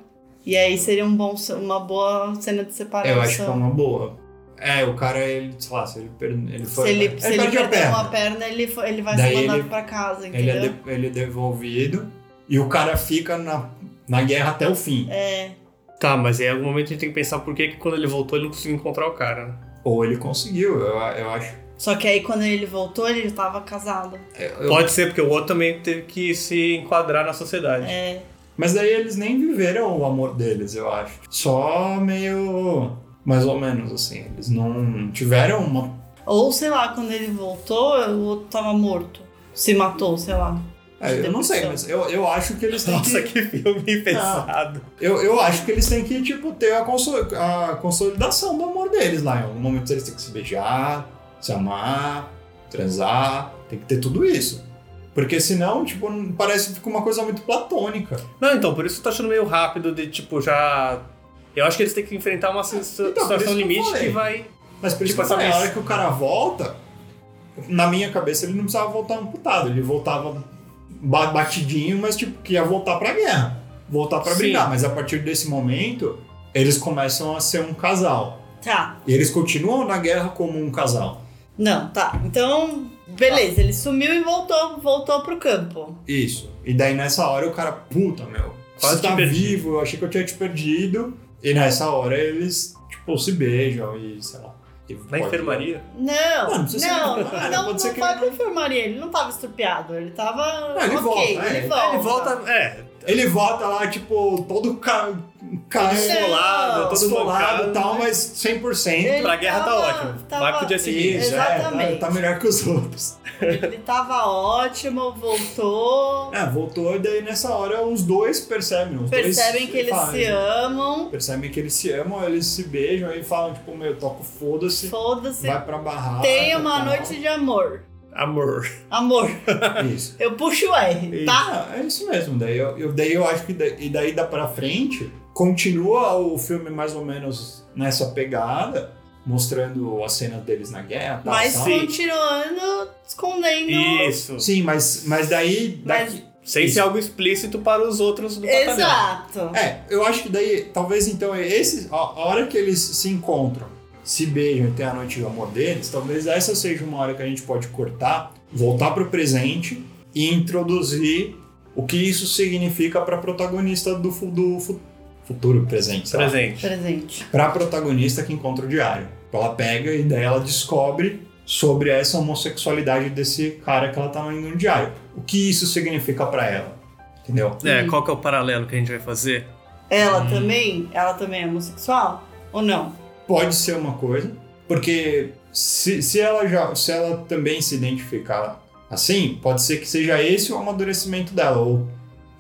Speaker 2: E aí seria um bom, ce- uma boa cena de separação.
Speaker 3: eu acho que é uma boa. É, o cara, ele, sei lá, se ele, per... ele
Speaker 2: Se
Speaker 3: foi.
Speaker 2: ele, se ele
Speaker 3: perde a
Speaker 2: perder
Speaker 3: perna.
Speaker 2: uma perna, ele, fo- ele vai
Speaker 3: Daí
Speaker 2: ser mandado
Speaker 3: ele-
Speaker 2: pra casa, entendeu?
Speaker 3: Ele é, de- ele é devolvido e o cara fica na, na guerra até o fim.
Speaker 2: É.
Speaker 1: Tá, mas em algum momento a gente tem que pensar por que, que quando ele voltou ele não conseguiu encontrar o cara. né?
Speaker 3: Ou ele conseguiu, eu, eu acho.
Speaker 2: Só que aí quando ele voltou, ele já tava casado.
Speaker 3: eu-
Speaker 1: Pode ser, porque o outro também teve que se enquadrar na sociedade.
Speaker 3: É. Mas daí eles nem viveram o amor deles, eu acho. Só meio. Mais ou menos assim. Eles não tiveram uma.
Speaker 2: Ou, sei lá, quando ele voltou, o outro tava morto. Se matou, sei lá.
Speaker 3: Ah, eu não sei,
Speaker 2: Depressão.
Speaker 3: mas eu, eu acho que eles têm
Speaker 1: Nossa,
Speaker 3: que.
Speaker 1: que
Speaker 3: Tá.
Speaker 1: filme pesado.
Speaker 3: Eu, eu acho que eles têm que, tipo, ter a, conso- a consolidação do amor deles lá. Em algum momento eles têm que se beijar, se amar, transar. Tem que ter tudo isso. Porque senão, tipo, não- parece que fica uma coisa muito platônica.
Speaker 1: Não, então, por isso eu tô achando meio rápido de, tipo, já... Eu acho que eles têm que enfrentar uma situ-
Speaker 3: Então, por isso que
Speaker 1: situação
Speaker 3: eu
Speaker 1: limite
Speaker 3: falei.
Speaker 1: que vai...
Speaker 3: Mas por isso
Speaker 1: Tipo,
Speaker 3: que eu falei,
Speaker 1: essa-
Speaker 3: a hora que o cara volta, na minha cabeça ele não precisava voltar amputado. Ele voltava ba- batidinho, mas tipo, que ia voltar pra guerra. Voltar pra
Speaker 1: Sim.
Speaker 3: brigar. Mas a partir desse momento, eles começam a ser um casal.
Speaker 2: Tá.
Speaker 3: E eles continuam na guerra como um casal.
Speaker 2: Não, tá. Então, beleza,
Speaker 3: Tá.
Speaker 2: ele sumiu e voltou, voltou pro campo.
Speaker 3: Isso. E daí nessa hora o cara, puta, meu,
Speaker 1: Quase
Speaker 3: você
Speaker 1: te
Speaker 3: tá
Speaker 1: perdi.
Speaker 3: vivo, eu achei que eu tinha te perdido. E nessa hora eles, tipo, se beijam e sei lá. e
Speaker 1: Na
Speaker 3: pode-
Speaker 1: enfermaria.
Speaker 2: Não,
Speaker 3: Não,
Speaker 2: não,
Speaker 3: não
Speaker 2: não,
Speaker 3: precisa ser
Speaker 2: não,
Speaker 3: enfermaria,
Speaker 2: não,
Speaker 3: pode ser que
Speaker 2: foi
Speaker 3: ele-
Speaker 2: pra enfermaria, ele não tava estupiado, ele tava
Speaker 3: Não, ele
Speaker 2: ok,
Speaker 3: volta, é.
Speaker 2: ele volta.
Speaker 1: Ele volta... É,
Speaker 3: Ele volta lá, tipo, todo ca... ca...
Speaker 2: Não,
Speaker 1: esfolado, todo
Speaker 3: esfolado
Speaker 1: mancado. né?
Speaker 3: e É, tal, mas 100%.
Speaker 2: Ele
Speaker 1: Pra guerra tá
Speaker 2: tava-
Speaker 1: ótimo.
Speaker 2: tava-
Speaker 1: Vai pro dia seguinte.
Speaker 3: Isso, é, tá,
Speaker 2: É Exatamente.
Speaker 3: tá melhor que os outros.
Speaker 2: Ele tava ótimo, voltou,
Speaker 3: É, voltou e daí nessa hora os dois percebem. Os
Speaker 2: percebem
Speaker 3: dois
Speaker 2: que eles
Speaker 3: falam,
Speaker 2: se amam,
Speaker 3: Percebem que eles se amam, eles se beijam e falam, tipo, meu, toco foda-se,
Speaker 2: foda-se,
Speaker 3: vai pra tá barraca.
Speaker 2: tenha uma
Speaker 3: tal.
Speaker 2: noite de amor.
Speaker 1: Amor.
Speaker 2: Amor,
Speaker 3: Isso.
Speaker 2: eu puxo o R,
Speaker 3: E-
Speaker 2: tá?
Speaker 3: Ah, é isso mesmo. Daí eu, eu- daí eu acho que da- e daí dá pra frente continua o filme mais ou menos nessa pegada, mostrando as cenas deles na guerra. Tá,
Speaker 2: Mas
Speaker 3: tal.
Speaker 1: sim.
Speaker 2: continuando, escondendo.
Speaker 1: Isso.
Speaker 3: Sim, mas, mas daí.
Speaker 2: Mas-
Speaker 3: daqui-
Speaker 1: Sem ser algo explícito para os outros do batalhão.
Speaker 2: Exato.
Speaker 3: É, eu acho que daí, talvez então, esse, a, a hora que eles se encontram, se beijam e tem a noite do amor deles, talvez essa seja uma hora que a gente pode cortar, voltar pro presente e introduzir o que isso significa pra protagonista do, fu- do fu- futuro presente. sei lá.
Speaker 1: Presente.
Speaker 2: Presente.
Speaker 3: Pra protagonista que encontra o diário. Então Ela pega e daí ela descobre sobre essa homossexualidade desse cara que ela tá lendo no diário. O que isso significa pra ela? Entendeu?
Speaker 1: É, qual que é o paralelo que a gente vai fazer?
Speaker 2: Ela
Speaker 3: Hum.
Speaker 2: também? Ela também é homossexual? Ou não?
Speaker 3: Pode ser uma coisa, porque se, se ela já, se ela também se identificar assim, pode ser que seja esse o amadurecimento dela, ou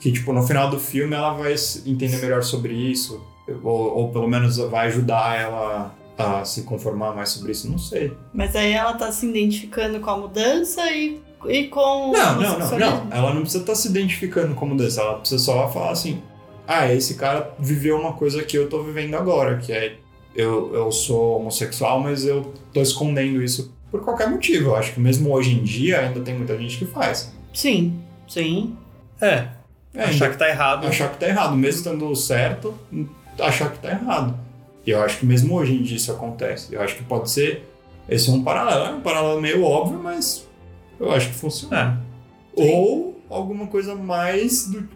Speaker 3: que tipo no final do filme ela vai se- entender melhor sobre isso, ou, ou pelo menos vai ajudar ela a se conformar mais sobre isso, não sei.
Speaker 2: Mas aí ela tá se identificando com a mudança e, e com.
Speaker 3: Não,
Speaker 2: o
Speaker 3: não, não,
Speaker 2: homossexualismo.
Speaker 3: não. Ela não precisa estar se identificando como dessa, ela precisa só falar assim: ah, esse cara viveu uma coisa que eu tô vivendo agora, que é eu, eu sou homossexual, mas eu tô escondendo isso por qualquer motivo. Eu acho que mesmo hoje em dia ainda tem muita gente que faz.
Speaker 2: Sim, sim.
Speaker 1: É,
Speaker 3: É,
Speaker 1: achar
Speaker 3: ainda-
Speaker 1: que tá errado.
Speaker 3: achar que tá errado, mesmo estando certo, achar que tá errado. E eu acho que mesmo hoje em dia isso acontece. Eu acho que pode ser. Esse é um paralelo, é um paralelo meio óbvio, mas eu acho que funciona.
Speaker 1: É.
Speaker 3: Ou alguma coisa mais do-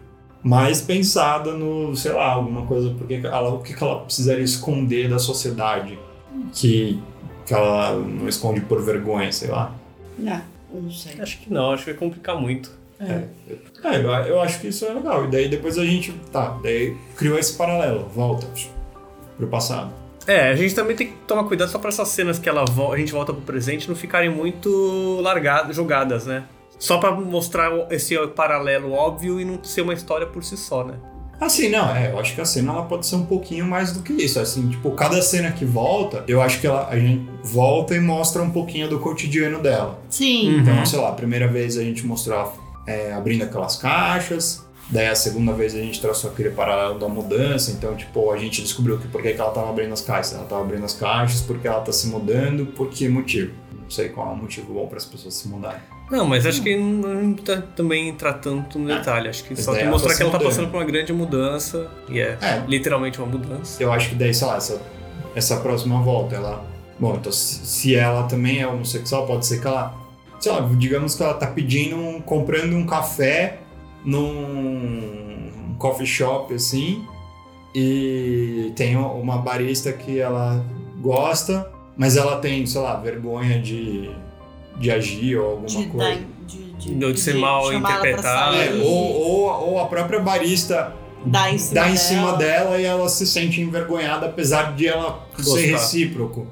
Speaker 3: mais pensada no, sei lá, alguma coisa, porque ela, o que que ela precisaria esconder da sociedade que, que ela não esconde por vergonha, sei lá.
Speaker 2: Não, não sei.
Speaker 1: Acho que não, acho que vai complicar muito.
Speaker 3: É, eu, eu acho que isso é legal. E daí depois a gente, tá, daí criou esse paralelo, volta pro passado.
Speaker 1: É, a gente também tem que tomar cuidado só pra essas cenas que ela vo- a gente volta pro presente não ficarem muito largadas, jogadas, né? Só pra mostrar o- esse paralelo óbvio e não ser uma história por si só, né?
Speaker 3: Assim, não, é, eu acho que a cena ela pode ser um pouquinho mais do que isso. Assim, tipo, cada cena que volta, eu acho que ela, a gente volta e mostra um pouquinho do cotidiano dela.
Speaker 2: Sim.
Speaker 3: Então,
Speaker 1: Uhum.
Speaker 3: sei lá, a primeira vez a gente mostrou ela, é, abrindo aquelas caixas, daí a segunda vez a gente traçou aquele paralelo da mudança, então, tipo, a gente descobriu que por que, que ela tava abrindo as caixas. Ela tava abrindo as caixas porque ela tá se mudando, por que motivo? Não sei qual é o motivo bom para as pessoas se mudarem.
Speaker 1: Não, mas acho que não não tá também entrar tanto no
Speaker 3: Ah,
Speaker 1: detalhe. Acho que
Speaker 3: mas
Speaker 1: só
Speaker 3: daí
Speaker 1: tem que
Speaker 3: ela tá
Speaker 1: mostrar
Speaker 3: se
Speaker 1: que ela tá
Speaker 3: mudando.
Speaker 1: passando por uma grande mudança. E é
Speaker 3: É,
Speaker 1: literalmente uma mudança.
Speaker 3: eu acho que daí, sei lá, essa, essa próxima volta, ela. Bom, então se, se ela também é homossexual, pode ser que ela. Sei lá, digamos que ela tá pedindo, um- comprando um café num coffee shop assim. E tem uma barista que ela gosta, mas ela tem, sei lá, vergonha de, de agir ou alguma
Speaker 2: De,
Speaker 3: coisa.
Speaker 2: dar, de, de,
Speaker 1: Não, de ser mal
Speaker 2: chamar ela pra
Speaker 1: interpretada.
Speaker 3: É,
Speaker 2: sair,
Speaker 3: ou, ou, ou a própria barista
Speaker 2: dar em cima
Speaker 3: dá em
Speaker 2: dela.
Speaker 3: cima dela e ela se sente envergonhada, apesar de ela
Speaker 1: Gostar.
Speaker 3: ser recíproco.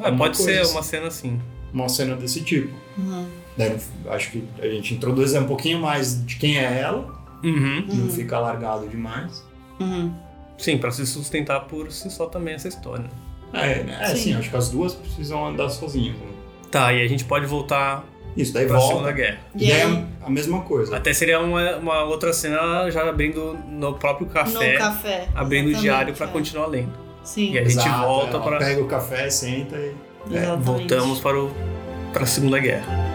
Speaker 1: Ah,
Speaker 3: Alguma
Speaker 1: pode ser
Speaker 3: coisa
Speaker 1: uma cena assim.
Speaker 3: assim. uma cena desse tipo.
Speaker 2: Uhum.
Speaker 3: Daí não- acho que a gente introduz um pouquinho mais de quem é ela,
Speaker 1: Uhum.
Speaker 3: não
Speaker 2: Uhum.
Speaker 3: fica largado demais.
Speaker 2: Uhum.
Speaker 1: Sim, pra se sustentar por si só também essa história.
Speaker 3: É, né? é
Speaker 2: Sim.
Speaker 3: assim, acho que as duas precisam andar sozinhas. né?
Speaker 1: Tá, e a gente pode voltar
Speaker 3: Isso, daí
Speaker 1: pra Segunda
Speaker 3: volta.
Speaker 1: Guerra.
Speaker 3: E daí é a mesma coisa.
Speaker 1: Até seria uma, uma outra cena já abrindo no próprio café,
Speaker 2: no café.
Speaker 1: abrindo o
Speaker 2: Exatamente,
Speaker 1: diário pra
Speaker 2: é.
Speaker 1: continuar lendo.
Speaker 2: Sim,
Speaker 1: E a gente
Speaker 3: Exato,
Speaker 1: volta
Speaker 3: ela
Speaker 1: pra-
Speaker 3: Pega o café, senta e. É,
Speaker 2: exatamente.
Speaker 1: Voltamos para o para a Segunda Guerra.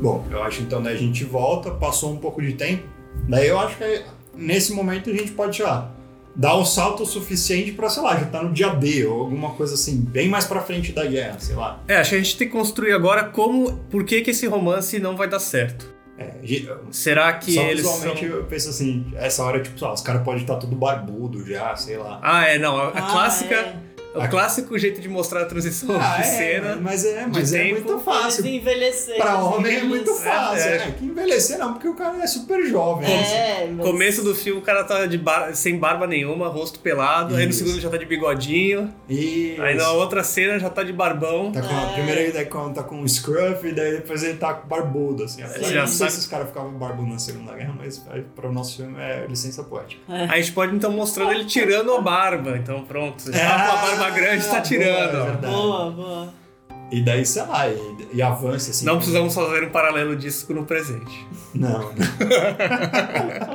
Speaker 3: Bom, eu acho então daí a gente volta, passou um pouco de tempo. Daí eu acho que é, nesse momento a gente pode sei lá, dar um salto suficiente pra, sei lá, já tá no dia D ou alguma coisa assim, bem mais pra frente da guerra, sei lá.
Speaker 1: É, acho que a gente tem que construir agora como, por que que esse romance não vai dar certo.
Speaker 3: É, ge-
Speaker 1: Será que
Speaker 3: só
Speaker 1: eles são...
Speaker 3: visualmente eu penso assim, essa hora, tipo, sei lá, os caras podem estar tudo barbudo já, sei lá.
Speaker 1: Ah, é, não, a, a
Speaker 2: Ah,
Speaker 1: clássica,
Speaker 2: é. Ah,
Speaker 1: o clássico jeito de mostrar a transição de cena.
Speaker 3: Ah, é, mas é, mas
Speaker 1: de
Speaker 3: é
Speaker 1: tempo.
Speaker 3: muito fácil.
Speaker 2: Eles envelheceram,
Speaker 3: Pra
Speaker 2: eles
Speaker 3: homem é muito
Speaker 2: envelheceram.
Speaker 3: fácil.
Speaker 1: É.
Speaker 3: É, que envelhecer não, porque o cara é super jovem. assim.
Speaker 2: É, mas...
Speaker 1: Começo do filme, o cara tá de bar- sem barba nenhuma, rosto pelado. Aí no
Speaker 3: Isso.
Speaker 1: segundo já tá de bigodinho.
Speaker 3: Isso.
Speaker 1: Aí na outra cena já tá de barbão.
Speaker 3: Tá com a
Speaker 2: É.
Speaker 3: primeira ele tá com, tá com um scruff, e daí depois ele tá com barbudo, assim. Apesar de
Speaker 1: já
Speaker 3: não sei
Speaker 1: sabe.
Speaker 3: se os caras ficavam barbudo na Segunda Guerra, mas aí, pra o nosso filme é licença poética.
Speaker 1: Aí a gente pode então mostrando ele tirando a barba. Então pronto, você já tá com a barba grande, tá
Speaker 3: Ah, boa,
Speaker 1: tirando.
Speaker 3: é
Speaker 1: ó.
Speaker 3: verdade.
Speaker 2: Boa, boa.
Speaker 3: E daí, sei lá, e, e avança, assim.
Speaker 1: Não precisamos fazer um paralelo disso com o presente.
Speaker 3: Não.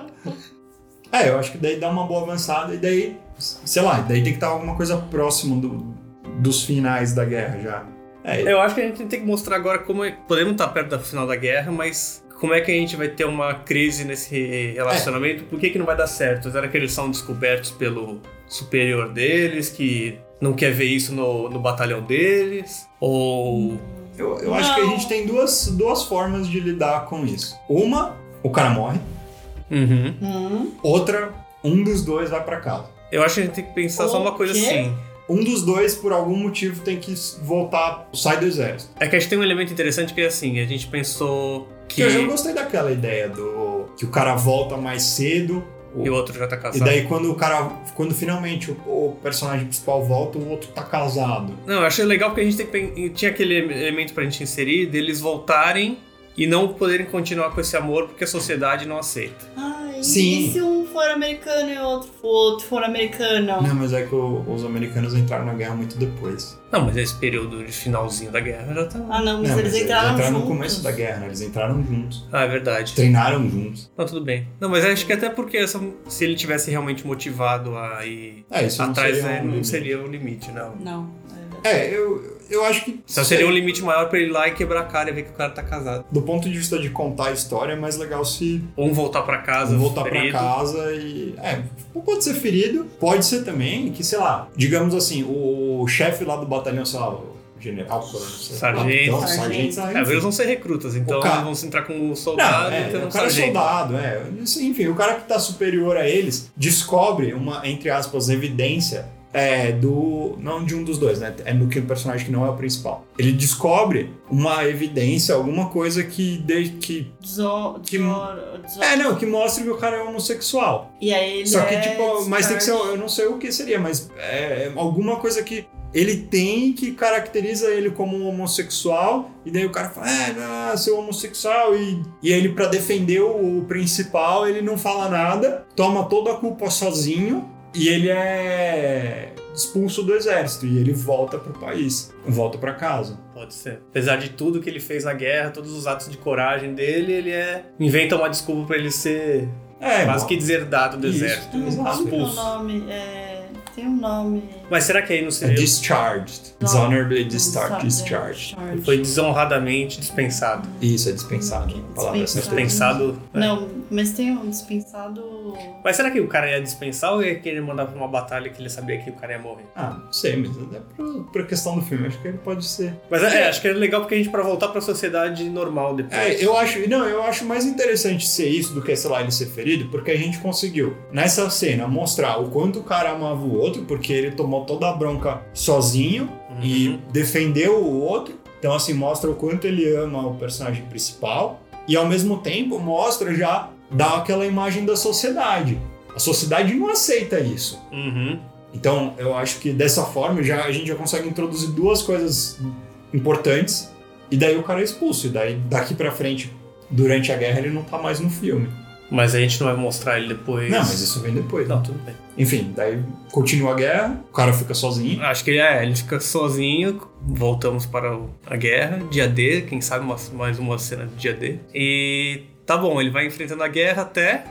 Speaker 3: é, eu acho que daí dá uma boa avançada e daí, sei lá, daí tem que estar alguma coisa próxima do, dos finais da guerra já. É,
Speaker 1: Eu acho que a gente tem que mostrar agora como é... podemos estar perto do final da guerra, mas como é que a gente vai ter uma crise nesse relacionamento? Por que, que não vai dar certo? Será que eles são descobertos pelo superior deles, que não quer ver isso no, no batalhão deles? Ou.
Speaker 3: eu, eu acho que a
Speaker 2: Não.
Speaker 3: gente tem duas, duas formas de lidar com isso. Uma, o cara morre.
Speaker 1: Uhum.
Speaker 2: Hum,
Speaker 3: Outra, um dos dois vai pra casa.
Speaker 1: Eu acho que a gente tem que pensar só
Speaker 2: O
Speaker 1: uma coisa
Speaker 2: quê?
Speaker 1: assim.
Speaker 3: Um dos dois, por algum motivo, tem que voltar, sai do exército.
Speaker 1: É que a gente tem um elemento interessante que é assim, a gente pensou que.
Speaker 3: Eu já gostei daquela ideia do que o cara volta mais cedo.
Speaker 1: E o outro já tá
Speaker 3: E
Speaker 1: casado.
Speaker 3: daí quando o cara. Quando finalmente o, o personagem principal volta, o outro tá casado.
Speaker 1: Não, eu achei legal porque a gente tem que pen- tinha aquele elemento pra gente inserir deles voltarem e não poderem continuar com esse amor porque a sociedade não aceita.
Speaker 2: Ai,
Speaker 3: Sim.
Speaker 2: E se um for americano e o outro, o outro for americano?
Speaker 3: Não, mas é que o- os americanos entraram na guerra muito depois.
Speaker 1: Não, mas esse período de finalzinho da guerra já tá.
Speaker 2: Ah, não, mas
Speaker 3: Não,
Speaker 2: eles entraram,
Speaker 3: no
Speaker 2: juntos.
Speaker 3: começo da guerra, né? Eles entraram juntos.
Speaker 1: Ah, é verdade.
Speaker 3: Treinaram juntos.
Speaker 1: Não, tudo bem. Não, mas acho que até porque essa- se ele tivesse realmente motivado a ir
Speaker 3: É, isso
Speaker 1: atrás,
Speaker 3: não
Speaker 1: né,
Speaker 3: seria. um
Speaker 1: não
Speaker 3: limite.
Speaker 1: seria um limite, não.
Speaker 2: Não, é verdade.
Speaker 3: É, eu, eu acho que.
Speaker 1: Só seria um limite maior pra ele ir lá e quebrar a cara e ver que o cara tá casado.
Speaker 3: Do ponto de vista de contar a história, é mais legal se
Speaker 1: Ou um voltar pra casa,
Speaker 3: voltar
Speaker 1: ferido.
Speaker 3: pra casa e. É, pode ser ferido, pode ser também que, sei lá, digamos assim, o chefe lá do batalhão, sei lá, o general, coronel, sei lá,
Speaker 1: Sargento.
Speaker 3: capitão, sargento,
Speaker 2: Sargento.
Speaker 1: É, eles
Speaker 3: enfim.
Speaker 1: vão ser recrutas, então
Speaker 3: O cara-
Speaker 1: eles vão se entrar como
Speaker 3: Não,
Speaker 1: soldado
Speaker 3: é,
Speaker 1: e ter um
Speaker 3: o cara é
Speaker 1: sargento.
Speaker 3: soldado, é. Isso, Enfim, o cara que tá superior a eles descobre uma, entre aspas, evidência é, do. Não de um dos dois, né? É do que o personagem que não é o principal. Ele descobre uma evidência, alguma coisa que, de, que.
Speaker 2: Deso-
Speaker 3: Que-
Speaker 2: deso- deso-
Speaker 3: É, não, que mostra que o cara é homossexual.
Speaker 2: E aí ele
Speaker 3: Só que,
Speaker 2: é
Speaker 3: tipo, mas tem que ser,
Speaker 2: descarga-
Speaker 3: eu não sei o que seria, mas é alguma coisa que ele tem que caracteriza ele como um homossexual, e daí o cara fala, é, não, seu homossexual, e, e ele, pra defender o, o principal, ele não fala nada, toma toda a culpa sozinho, e ele é expulso do exército, e ele volta pro país, volta pra casa.
Speaker 1: Pode ser. Apesar de tudo que ele fez na guerra, todos os atos de coragem dele, ele é. Inventa uma desculpa pra ele ser
Speaker 3: É,
Speaker 1: quase
Speaker 3: bom,
Speaker 1: que deserdado do
Speaker 3: Isso.
Speaker 1: exército.
Speaker 2: Hum,
Speaker 3: Exato.
Speaker 2: Como que é o
Speaker 1: Expulso.
Speaker 2: nome? É, Tem um nome.
Speaker 1: Mas será que aí não
Speaker 3: é
Speaker 1: seria.
Speaker 3: discharged,
Speaker 2: Não.
Speaker 3: dishonorably discharged,
Speaker 2: Sabe?
Speaker 3: discharged.
Speaker 2: Charged.
Speaker 1: Foi desonradamente dispensado.
Speaker 3: Isso, é dispensado. A palavra é certa.
Speaker 1: Dispensado. é.
Speaker 2: Não, mas tem um dispensado.
Speaker 1: Mas será que o cara ia dispensar ou ia querer mandar pra uma batalha que ele sabia que o cara ia morrer?
Speaker 3: Ah, não sei, mas é pra, pra questão do filme, acho que ele pode ser.
Speaker 1: Mas é, acho que é legal porque a gente pra voltar pra sociedade normal depois.
Speaker 3: É, eu acho. Não, eu acho mais interessante ser isso do que, sei lá, ele ser ferido, porque a gente conseguiu, nessa cena, mostrar o quanto o cara amava o outro, porque ele tomou toda a bronca sozinho
Speaker 1: Uhum.
Speaker 3: e defendeu o outro. Então, assim, mostra o quanto ele ama o personagem principal. E ao mesmo tempo mostra já dá aquela imagem da sociedade. A sociedade não aceita isso.
Speaker 1: Uhum.
Speaker 3: Então, eu acho que dessa forma já, a gente já consegue introduzir duas coisas importantes e daí o cara é expulso. E daí, daqui pra frente, durante a guerra, ele não tá mais no filme.
Speaker 1: Mas a gente não vai mostrar ele depois.
Speaker 3: Não, mas isso vem depois.
Speaker 1: Não, tudo bem.
Speaker 3: Enfim, daí continua a guerra, o cara fica sozinho.
Speaker 1: Acho que ele é, ele fica sozinho. Voltamos para o- a guerra, dia D, quem sabe uma- mais uma cena de dia D. E tá bom, ele vai enfrentando a guerra até.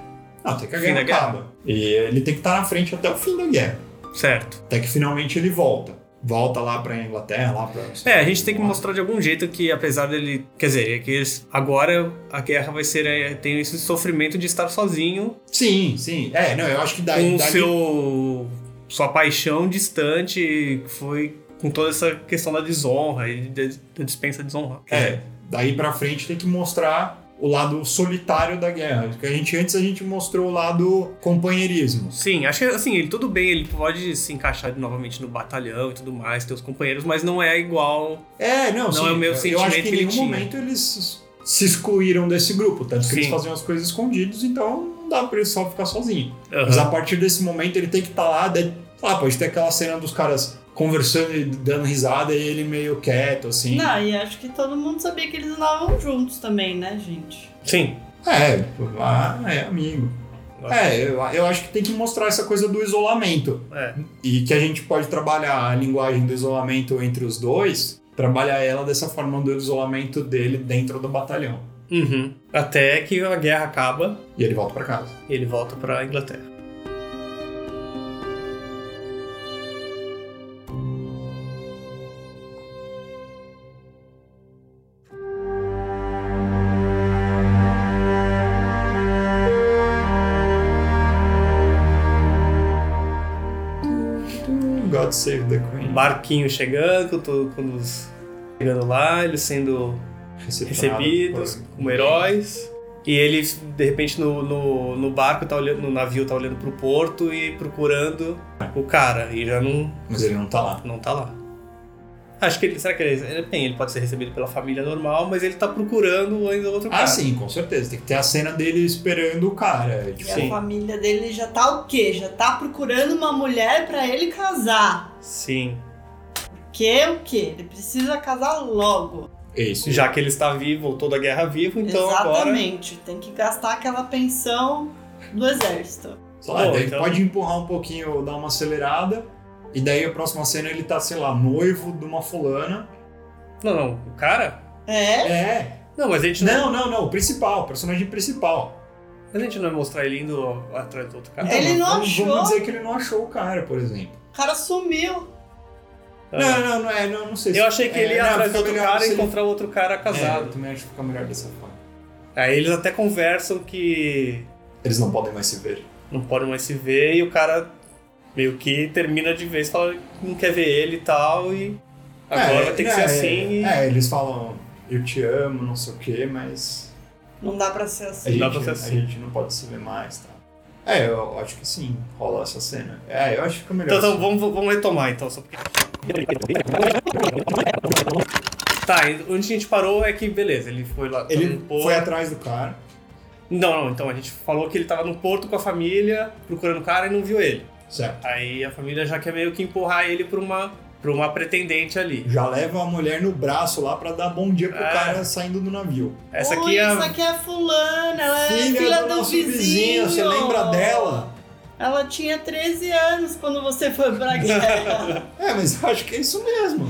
Speaker 3: Ah, até que a
Speaker 1: Fim
Speaker 3: guerra
Speaker 1: da guerra.
Speaker 3: acaba. E ele tem que estar na frente até o fim da guerra.
Speaker 1: Certo.
Speaker 3: Até que finalmente ele volta. Volta lá pra Inglaterra, lá pra.
Speaker 1: É, a gente tem que mostrar de algum jeito que, apesar dele. Quer dizer, é que eles- agora a guerra vai ser. é, tem esse sofrimento de estar sozinho
Speaker 3: Sim, sim. É, não, eu acho que daí.
Speaker 1: com o
Speaker 3: dali-
Speaker 1: seu. sua paixão distante, que foi com toda essa questão da desonra e de- da dispensa de desonra.
Speaker 3: É, daí pra frente tem que mostrar o lado solitário da guerra. Porque a gente antes a gente mostrou o lado companheirismo.
Speaker 1: Sim, acho que assim, ele tudo bem, ele pode se encaixar novamente no batalhão e tudo mais, ter os companheiros, mas não é igual.
Speaker 3: É, não,
Speaker 1: Não,
Speaker 3: sim,
Speaker 1: é o meu
Speaker 3: eu
Speaker 1: sentimento
Speaker 3: acho que
Speaker 1: que
Speaker 3: em
Speaker 1: ele
Speaker 3: nenhum
Speaker 1: tinha.
Speaker 3: momento eles se excluíram desse grupo, tanto que eles
Speaker 1: Sim.
Speaker 3: faziam as coisas escondidos, então não dá pra ele só ficar sozinho.
Speaker 1: Aham.
Speaker 3: Mas a partir desse momento ele tem que estar lá, daí, sei lá, pode ter aquela cena dos caras conversando e dando risada e ele meio quieto, assim.
Speaker 2: Não, e acho que todo mundo sabia que eles andavam juntos também, né, gente?
Speaker 1: Sim.
Speaker 3: É, pô, ah, é amigo. É, eu, eu acho que tem que mostrar essa coisa do isolamento.
Speaker 1: É.
Speaker 3: E que a gente pode trabalhar a linguagem do isolamento entre os dois, trabalhar ela dessa forma do isolamento dele dentro do batalhão.
Speaker 1: Uhum. Até que a guerra acaba
Speaker 3: E ele volta pra casa.
Speaker 1: e ele volta pra Inglaterra.
Speaker 3: God save the Queen.
Speaker 1: Um Barquinho chegando, todo, quando os- chegando lá, eles sendo
Speaker 3: Recitado
Speaker 1: recebidos
Speaker 3: por-
Speaker 1: como heróis. E ele, de repente, no, no, no barco, tá olhando, no navio, tá olhando pro porto e procurando o cara. E já não,
Speaker 3: Mas ele não tá lá.
Speaker 1: não tá lá. Acho que ele. Será que ele. ele- Bem, ele pode ser recebido pela família normal, mas ele tá procurando ainda outro cara.
Speaker 3: Ah, sim, com certeza. Tem que ter a cena dele esperando o cara.
Speaker 2: E
Speaker 3: Tipo,
Speaker 1: Sim.
Speaker 2: a família dele já tá o quê? Já tá procurando uma mulher pra ele casar.
Speaker 1: Sim.
Speaker 2: Que é o quê? Ele precisa casar logo.
Speaker 3: é isso.
Speaker 1: Já que ele está vivo, voltou da guerra vivo, então agora.
Speaker 2: Exatamente. Tem que gastar aquela pensão do exército.
Speaker 3: Sei lá,
Speaker 1: Bom,
Speaker 3: daí
Speaker 1: então-
Speaker 3: pode empurrar um pouquinho, dar uma acelerada. E daí a próxima cena ele tá, sei lá, noivo de uma fulana.
Speaker 1: Não, não. O cara?
Speaker 2: É?
Speaker 3: É.
Speaker 1: Não, mas a gente não,
Speaker 3: Não, não, não. O principal, o personagem principal.
Speaker 1: mas a gente não vai mostrar ele indo atrás do outro cara.
Speaker 2: Ele
Speaker 3: mas
Speaker 2: não
Speaker 3: Tá vamos,
Speaker 2: achou.
Speaker 3: Vamos dizer que ele não achou o cara, por exemplo.
Speaker 2: O cara sumiu.
Speaker 1: Ah.
Speaker 3: Não, não, não é, não, não sei. se-
Speaker 1: Eu achei que ele
Speaker 3: é,
Speaker 1: ia
Speaker 3: não,
Speaker 1: atrás do
Speaker 3: fica
Speaker 1: outro
Speaker 3: melhor
Speaker 1: cara
Speaker 3: se
Speaker 1: e
Speaker 3: ele-
Speaker 1: encontrar o outro cara
Speaker 3: É, eu
Speaker 1: casado.
Speaker 3: também acho que fica melhor dessa forma. É.
Speaker 1: Aí eles até conversam que
Speaker 3: Eles não podem mais se ver.
Speaker 1: não podem mais se ver e o cara meio que termina de vez, fala que não quer ver ele e tal, e agora
Speaker 3: É,
Speaker 1: vai ter que
Speaker 3: é,
Speaker 1: ser assim. e-
Speaker 3: É, eles falam, eu te amo, não sei o quê, mas
Speaker 2: Não dá pra ser
Speaker 3: A
Speaker 2: assim.
Speaker 1: Não
Speaker 3: gente,
Speaker 1: dá pra ser assim.
Speaker 3: a gente não pode se ver mais, tá? É, eu acho que sim, rola essa cena. É, eu acho que fica melhor.
Speaker 1: Então, então, vamos, vamos retomar então, só porque. Tá, e onde a gente parou é que, beleza, ele foi lá. tá
Speaker 3: Ele
Speaker 1: no porto.
Speaker 3: foi atrás do cara.
Speaker 1: Não, não, então a gente falou que ele tava no porto com a família, procurando o cara e não viu ele.
Speaker 3: Certo.
Speaker 1: Aí a família já quer meio que empurrar ele pra uma, pra uma pretendente ali.
Speaker 3: Já leva a mulher no braço lá pra dar bom dia pro
Speaker 1: É.
Speaker 3: cara saindo do navio.
Speaker 1: Essa
Speaker 2: Ui,
Speaker 1: aqui é.
Speaker 2: Essa
Speaker 1: a-
Speaker 2: aqui é fulana, ela é filha do,
Speaker 3: nosso
Speaker 2: vizinho.
Speaker 3: você lembra dela?
Speaker 2: Ela tinha 13 anos quando você foi pra guerra.
Speaker 3: É, mas eu acho que é isso mesmo.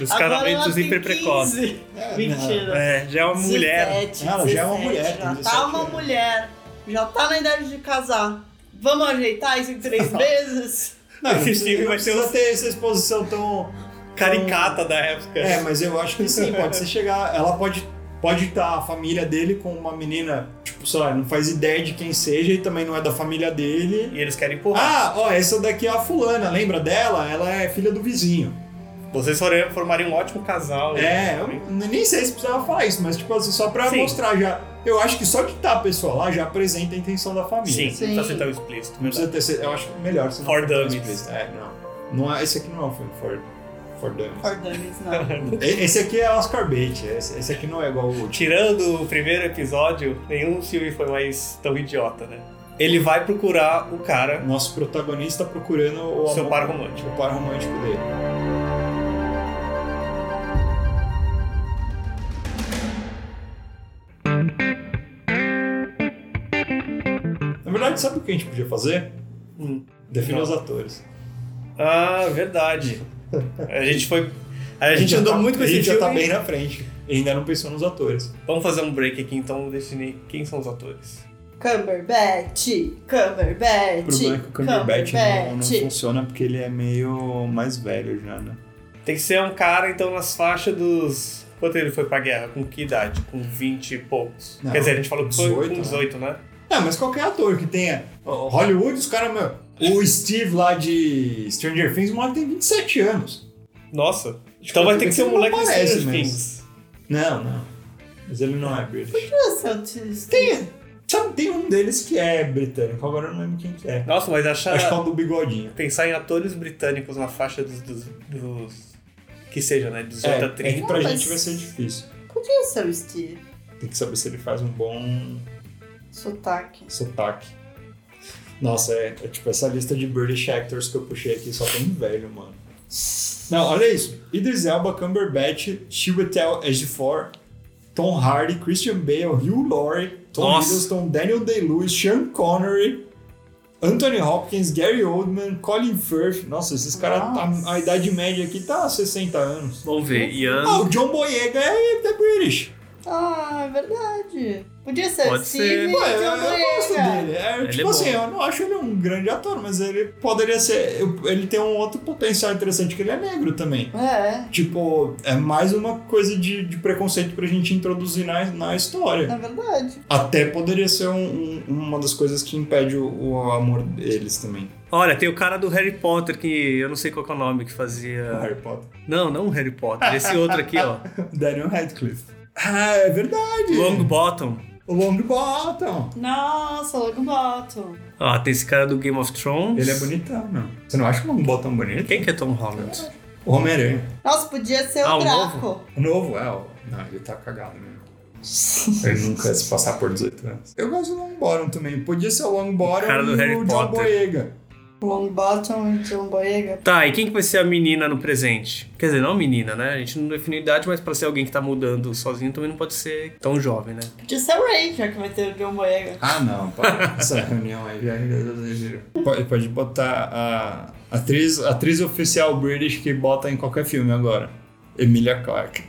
Speaker 1: Os
Speaker 2: Agora ela
Speaker 1: casamentos
Speaker 2: tem
Speaker 1: hiper precoces.
Speaker 2: 15.
Speaker 3: É, não.
Speaker 2: Mentira.
Speaker 1: É, já é uma mulher.
Speaker 2: 17,
Speaker 3: Ela já é uma mulher,
Speaker 2: Já
Speaker 3: tem
Speaker 2: tá
Speaker 3: 17
Speaker 2: uma
Speaker 3: anos.
Speaker 2: mulher. Já tá na idade de casar. Vamos ajeitar isso em três meses?
Speaker 3: Não, não
Speaker 1: Esse filme
Speaker 3: precisa, não
Speaker 1: vai ter um-
Speaker 3: precisa ter essa exposição tão.
Speaker 1: Caricata da época.
Speaker 3: É, mas eu acho que sim, pode ser chegar. Ela pode pode estar a família dele com uma menina, tipo, sei lá, não faz ideia de quem seja e também não é da família dele.
Speaker 1: E eles querem empurrar.
Speaker 3: Ah, ó, essa daqui é a fulana, lembra dela? Ela é filha do vizinho.
Speaker 1: Vocês forem- formariam um ótimo casal.
Speaker 3: É, eu n- nem sei se precisava falar isso, mas tipo assim, só pra
Speaker 1: Sim.
Speaker 3: mostrar já. Eu acho que só de estar a pessoa lá já apresenta a intenção da
Speaker 1: Sim,
Speaker 3: família.
Speaker 1: não
Speaker 2: Sim.
Speaker 1: precisa ser tão explícito.
Speaker 3: Não precisa ter, eu acho melhor se não
Speaker 1: For
Speaker 3: for tão
Speaker 1: dummies.
Speaker 3: explícito. É, não. não é, esse aqui não é um filme for, For Dummies.
Speaker 2: For Dummies, não.
Speaker 3: E- Esse aqui é Oscar Bait, esse, esse aqui não é igual o outro.
Speaker 1: Tirando o primeiro episódio, nenhum filme foi mais tão idiota, né? Ele vai procurar o cara,
Speaker 3: Nosso protagonista procurando o
Speaker 1: seu
Speaker 3: amor- tipo,
Speaker 1: par romântico.
Speaker 3: o par romântico dele. Na verdade, sabe o que a gente podia fazer?
Speaker 1: Hum.
Speaker 3: Definir
Speaker 1: Não.
Speaker 3: os atores.
Speaker 1: Ah, verdade. A gente foi. A gente
Speaker 3: já
Speaker 1: andou
Speaker 3: tá-
Speaker 1: muito com
Speaker 3: a
Speaker 1: esse
Speaker 3: gente
Speaker 1: filme.
Speaker 3: já tá bem na frente. E ainda não pensou nos atores.
Speaker 1: Vamos fazer um break aqui então, definir quem são os atores.
Speaker 2: Cumberbatch, Cumberbatch.
Speaker 3: O problema é que o Cumberbatch
Speaker 2: é,
Speaker 3: não, não funciona porque ele é meio mais velho já, né?
Speaker 1: Tem que ser um cara, então, nas faixas dos. Quanto ele foi pra guerra? Com que idade? Com 20 e poucos.
Speaker 3: Não,
Speaker 1: Quer dizer, a gente falou que foi
Speaker 3: 18,
Speaker 1: com
Speaker 3: né?
Speaker 1: 18, né?
Speaker 3: É, mas qualquer ator que tenha. Ó, Hollywood, os caras, meu. O Steve lá de Stranger Things, o moleque tem 27 anos.
Speaker 1: Nossa. Então vai ter que ser um
Speaker 3: Não
Speaker 1: moleque de
Speaker 3: parece,
Speaker 1: Stranger
Speaker 3: mas-
Speaker 1: Things.
Speaker 3: Não, não. Mas ele não é British.
Speaker 2: Tem
Speaker 3: Tem. Sabe, tem um deles que é britânico, agora eu não lembro quem que é.
Speaker 1: Nossa, mas achar.
Speaker 3: Acho que é o do bigodinho.
Speaker 1: Pensar em atores britânicos na faixa dos. dos, dos- que seja, né? 18 a
Speaker 3: É, é
Speaker 1: 30.
Speaker 3: que pra
Speaker 2: Não,
Speaker 3: gente
Speaker 2: mas-
Speaker 3: vai ser difícil.
Speaker 2: Podia ser é o Steve.
Speaker 3: Tem que saber se ele faz um bom
Speaker 2: Sotaque.
Speaker 3: sotaque. Nossa, é, é tipo essa lista de British actors que eu puxei aqui só tem velho, mano. Não, olha isso. Idris Elba, Cumberbatch, Chiwetel Ejiofor, Tom Hardy, Christian Bale, Hugh Laurie, Tom
Speaker 1: Nossa.
Speaker 3: Hiddleston, Daniel Day-Lewis, Sean Connery, Anthony Hopkins, Gary Oldman, Colin Firth. Nossa, esses caras, tá-
Speaker 2: Nossa.
Speaker 3: a idade média aqui tá 60 anos.
Speaker 1: Vamos ver. Ian.
Speaker 3: Ah, o John Boyega é, é British.
Speaker 2: Ah, é verdade. Podia ser assim,
Speaker 1: Pode
Speaker 2: o Steve
Speaker 1: ser.
Speaker 2: e
Speaker 3: Pô,
Speaker 2: o
Speaker 3: eu,
Speaker 2: John
Speaker 3: eu gosto
Speaker 2: Boyega.
Speaker 3: dele. É,
Speaker 1: Ele
Speaker 3: tipo
Speaker 1: é
Speaker 3: assim,
Speaker 1: bom.
Speaker 3: eu não acho ele um grande ator, mas ele poderia ser. eu- Ele tem um outro potencial interessante que ele é negro também.
Speaker 2: É,
Speaker 3: Tipo, é mais uma coisa de, de preconceito pra gente introduzir na, na história.
Speaker 2: é verdade.
Speaker 3: Até poderia ser um- um- uma das coisas que impede o, o amor deles também.
Speaker 1: Olha, tem o cara do Harry Potter que eu não sei qual que é o nome que
Speaker 3: O
Speaker 1: fazia.
Speaker 3: Harry Potter.
Speaker 1: Não, não o Harry Potter. Esse outro aqui, ó.
Speaker 3: Daniel Radcliffe. Ah, é verdade.
Speaker 1: Longbottom.
Speaker 3: O Longbottom.
Speaker 2: Nossa, logo boto.
Speaker 1: Ó, tem esse cara do Game of Thrones.
Speaker 3: Ele é bonitão, meu. Você não acha o Longbottom bonito?
Speaker 1: Quem que é Tom Holland?
Speaker 3: O Homem-Aranha.
Speaker 2: Nossa, podia ser
Speaker 1: Ah,
Speaker 2: o
Speaker 1: o
Speaker 2: Draco.
Speaker 3: O novo, é. O... Não, ele tá cagado mesmo. Ele nunca se passar por 18 anos. Eu gosto do Longbottom também. Podia ser o Longbottom
Speaker 1: O cara do
Speaker 3: e
Speaker 1: Harry
Speaker 3: o John
Speaker 1: Potter.
Speaker 3: Boyega.
Speaker 2: Longbottom e John Boyega.
Speaker 1: Tá, e quem que vai ser a menina no presente? Quer dizer, não menina, né? A gente não definiu idade, mas pra ser alguém que tá mudando sozinho também não pode ser tão jovem, né?
Speaker 2: Podia ser o Ray, já que vai ter o John Boyega.
Speaker 3: Ah, não. para. Essa reunião aí já... Pode, pode botar a atriz, atriz oficial British que bota em qualquer filme agora. Emilia Clarke.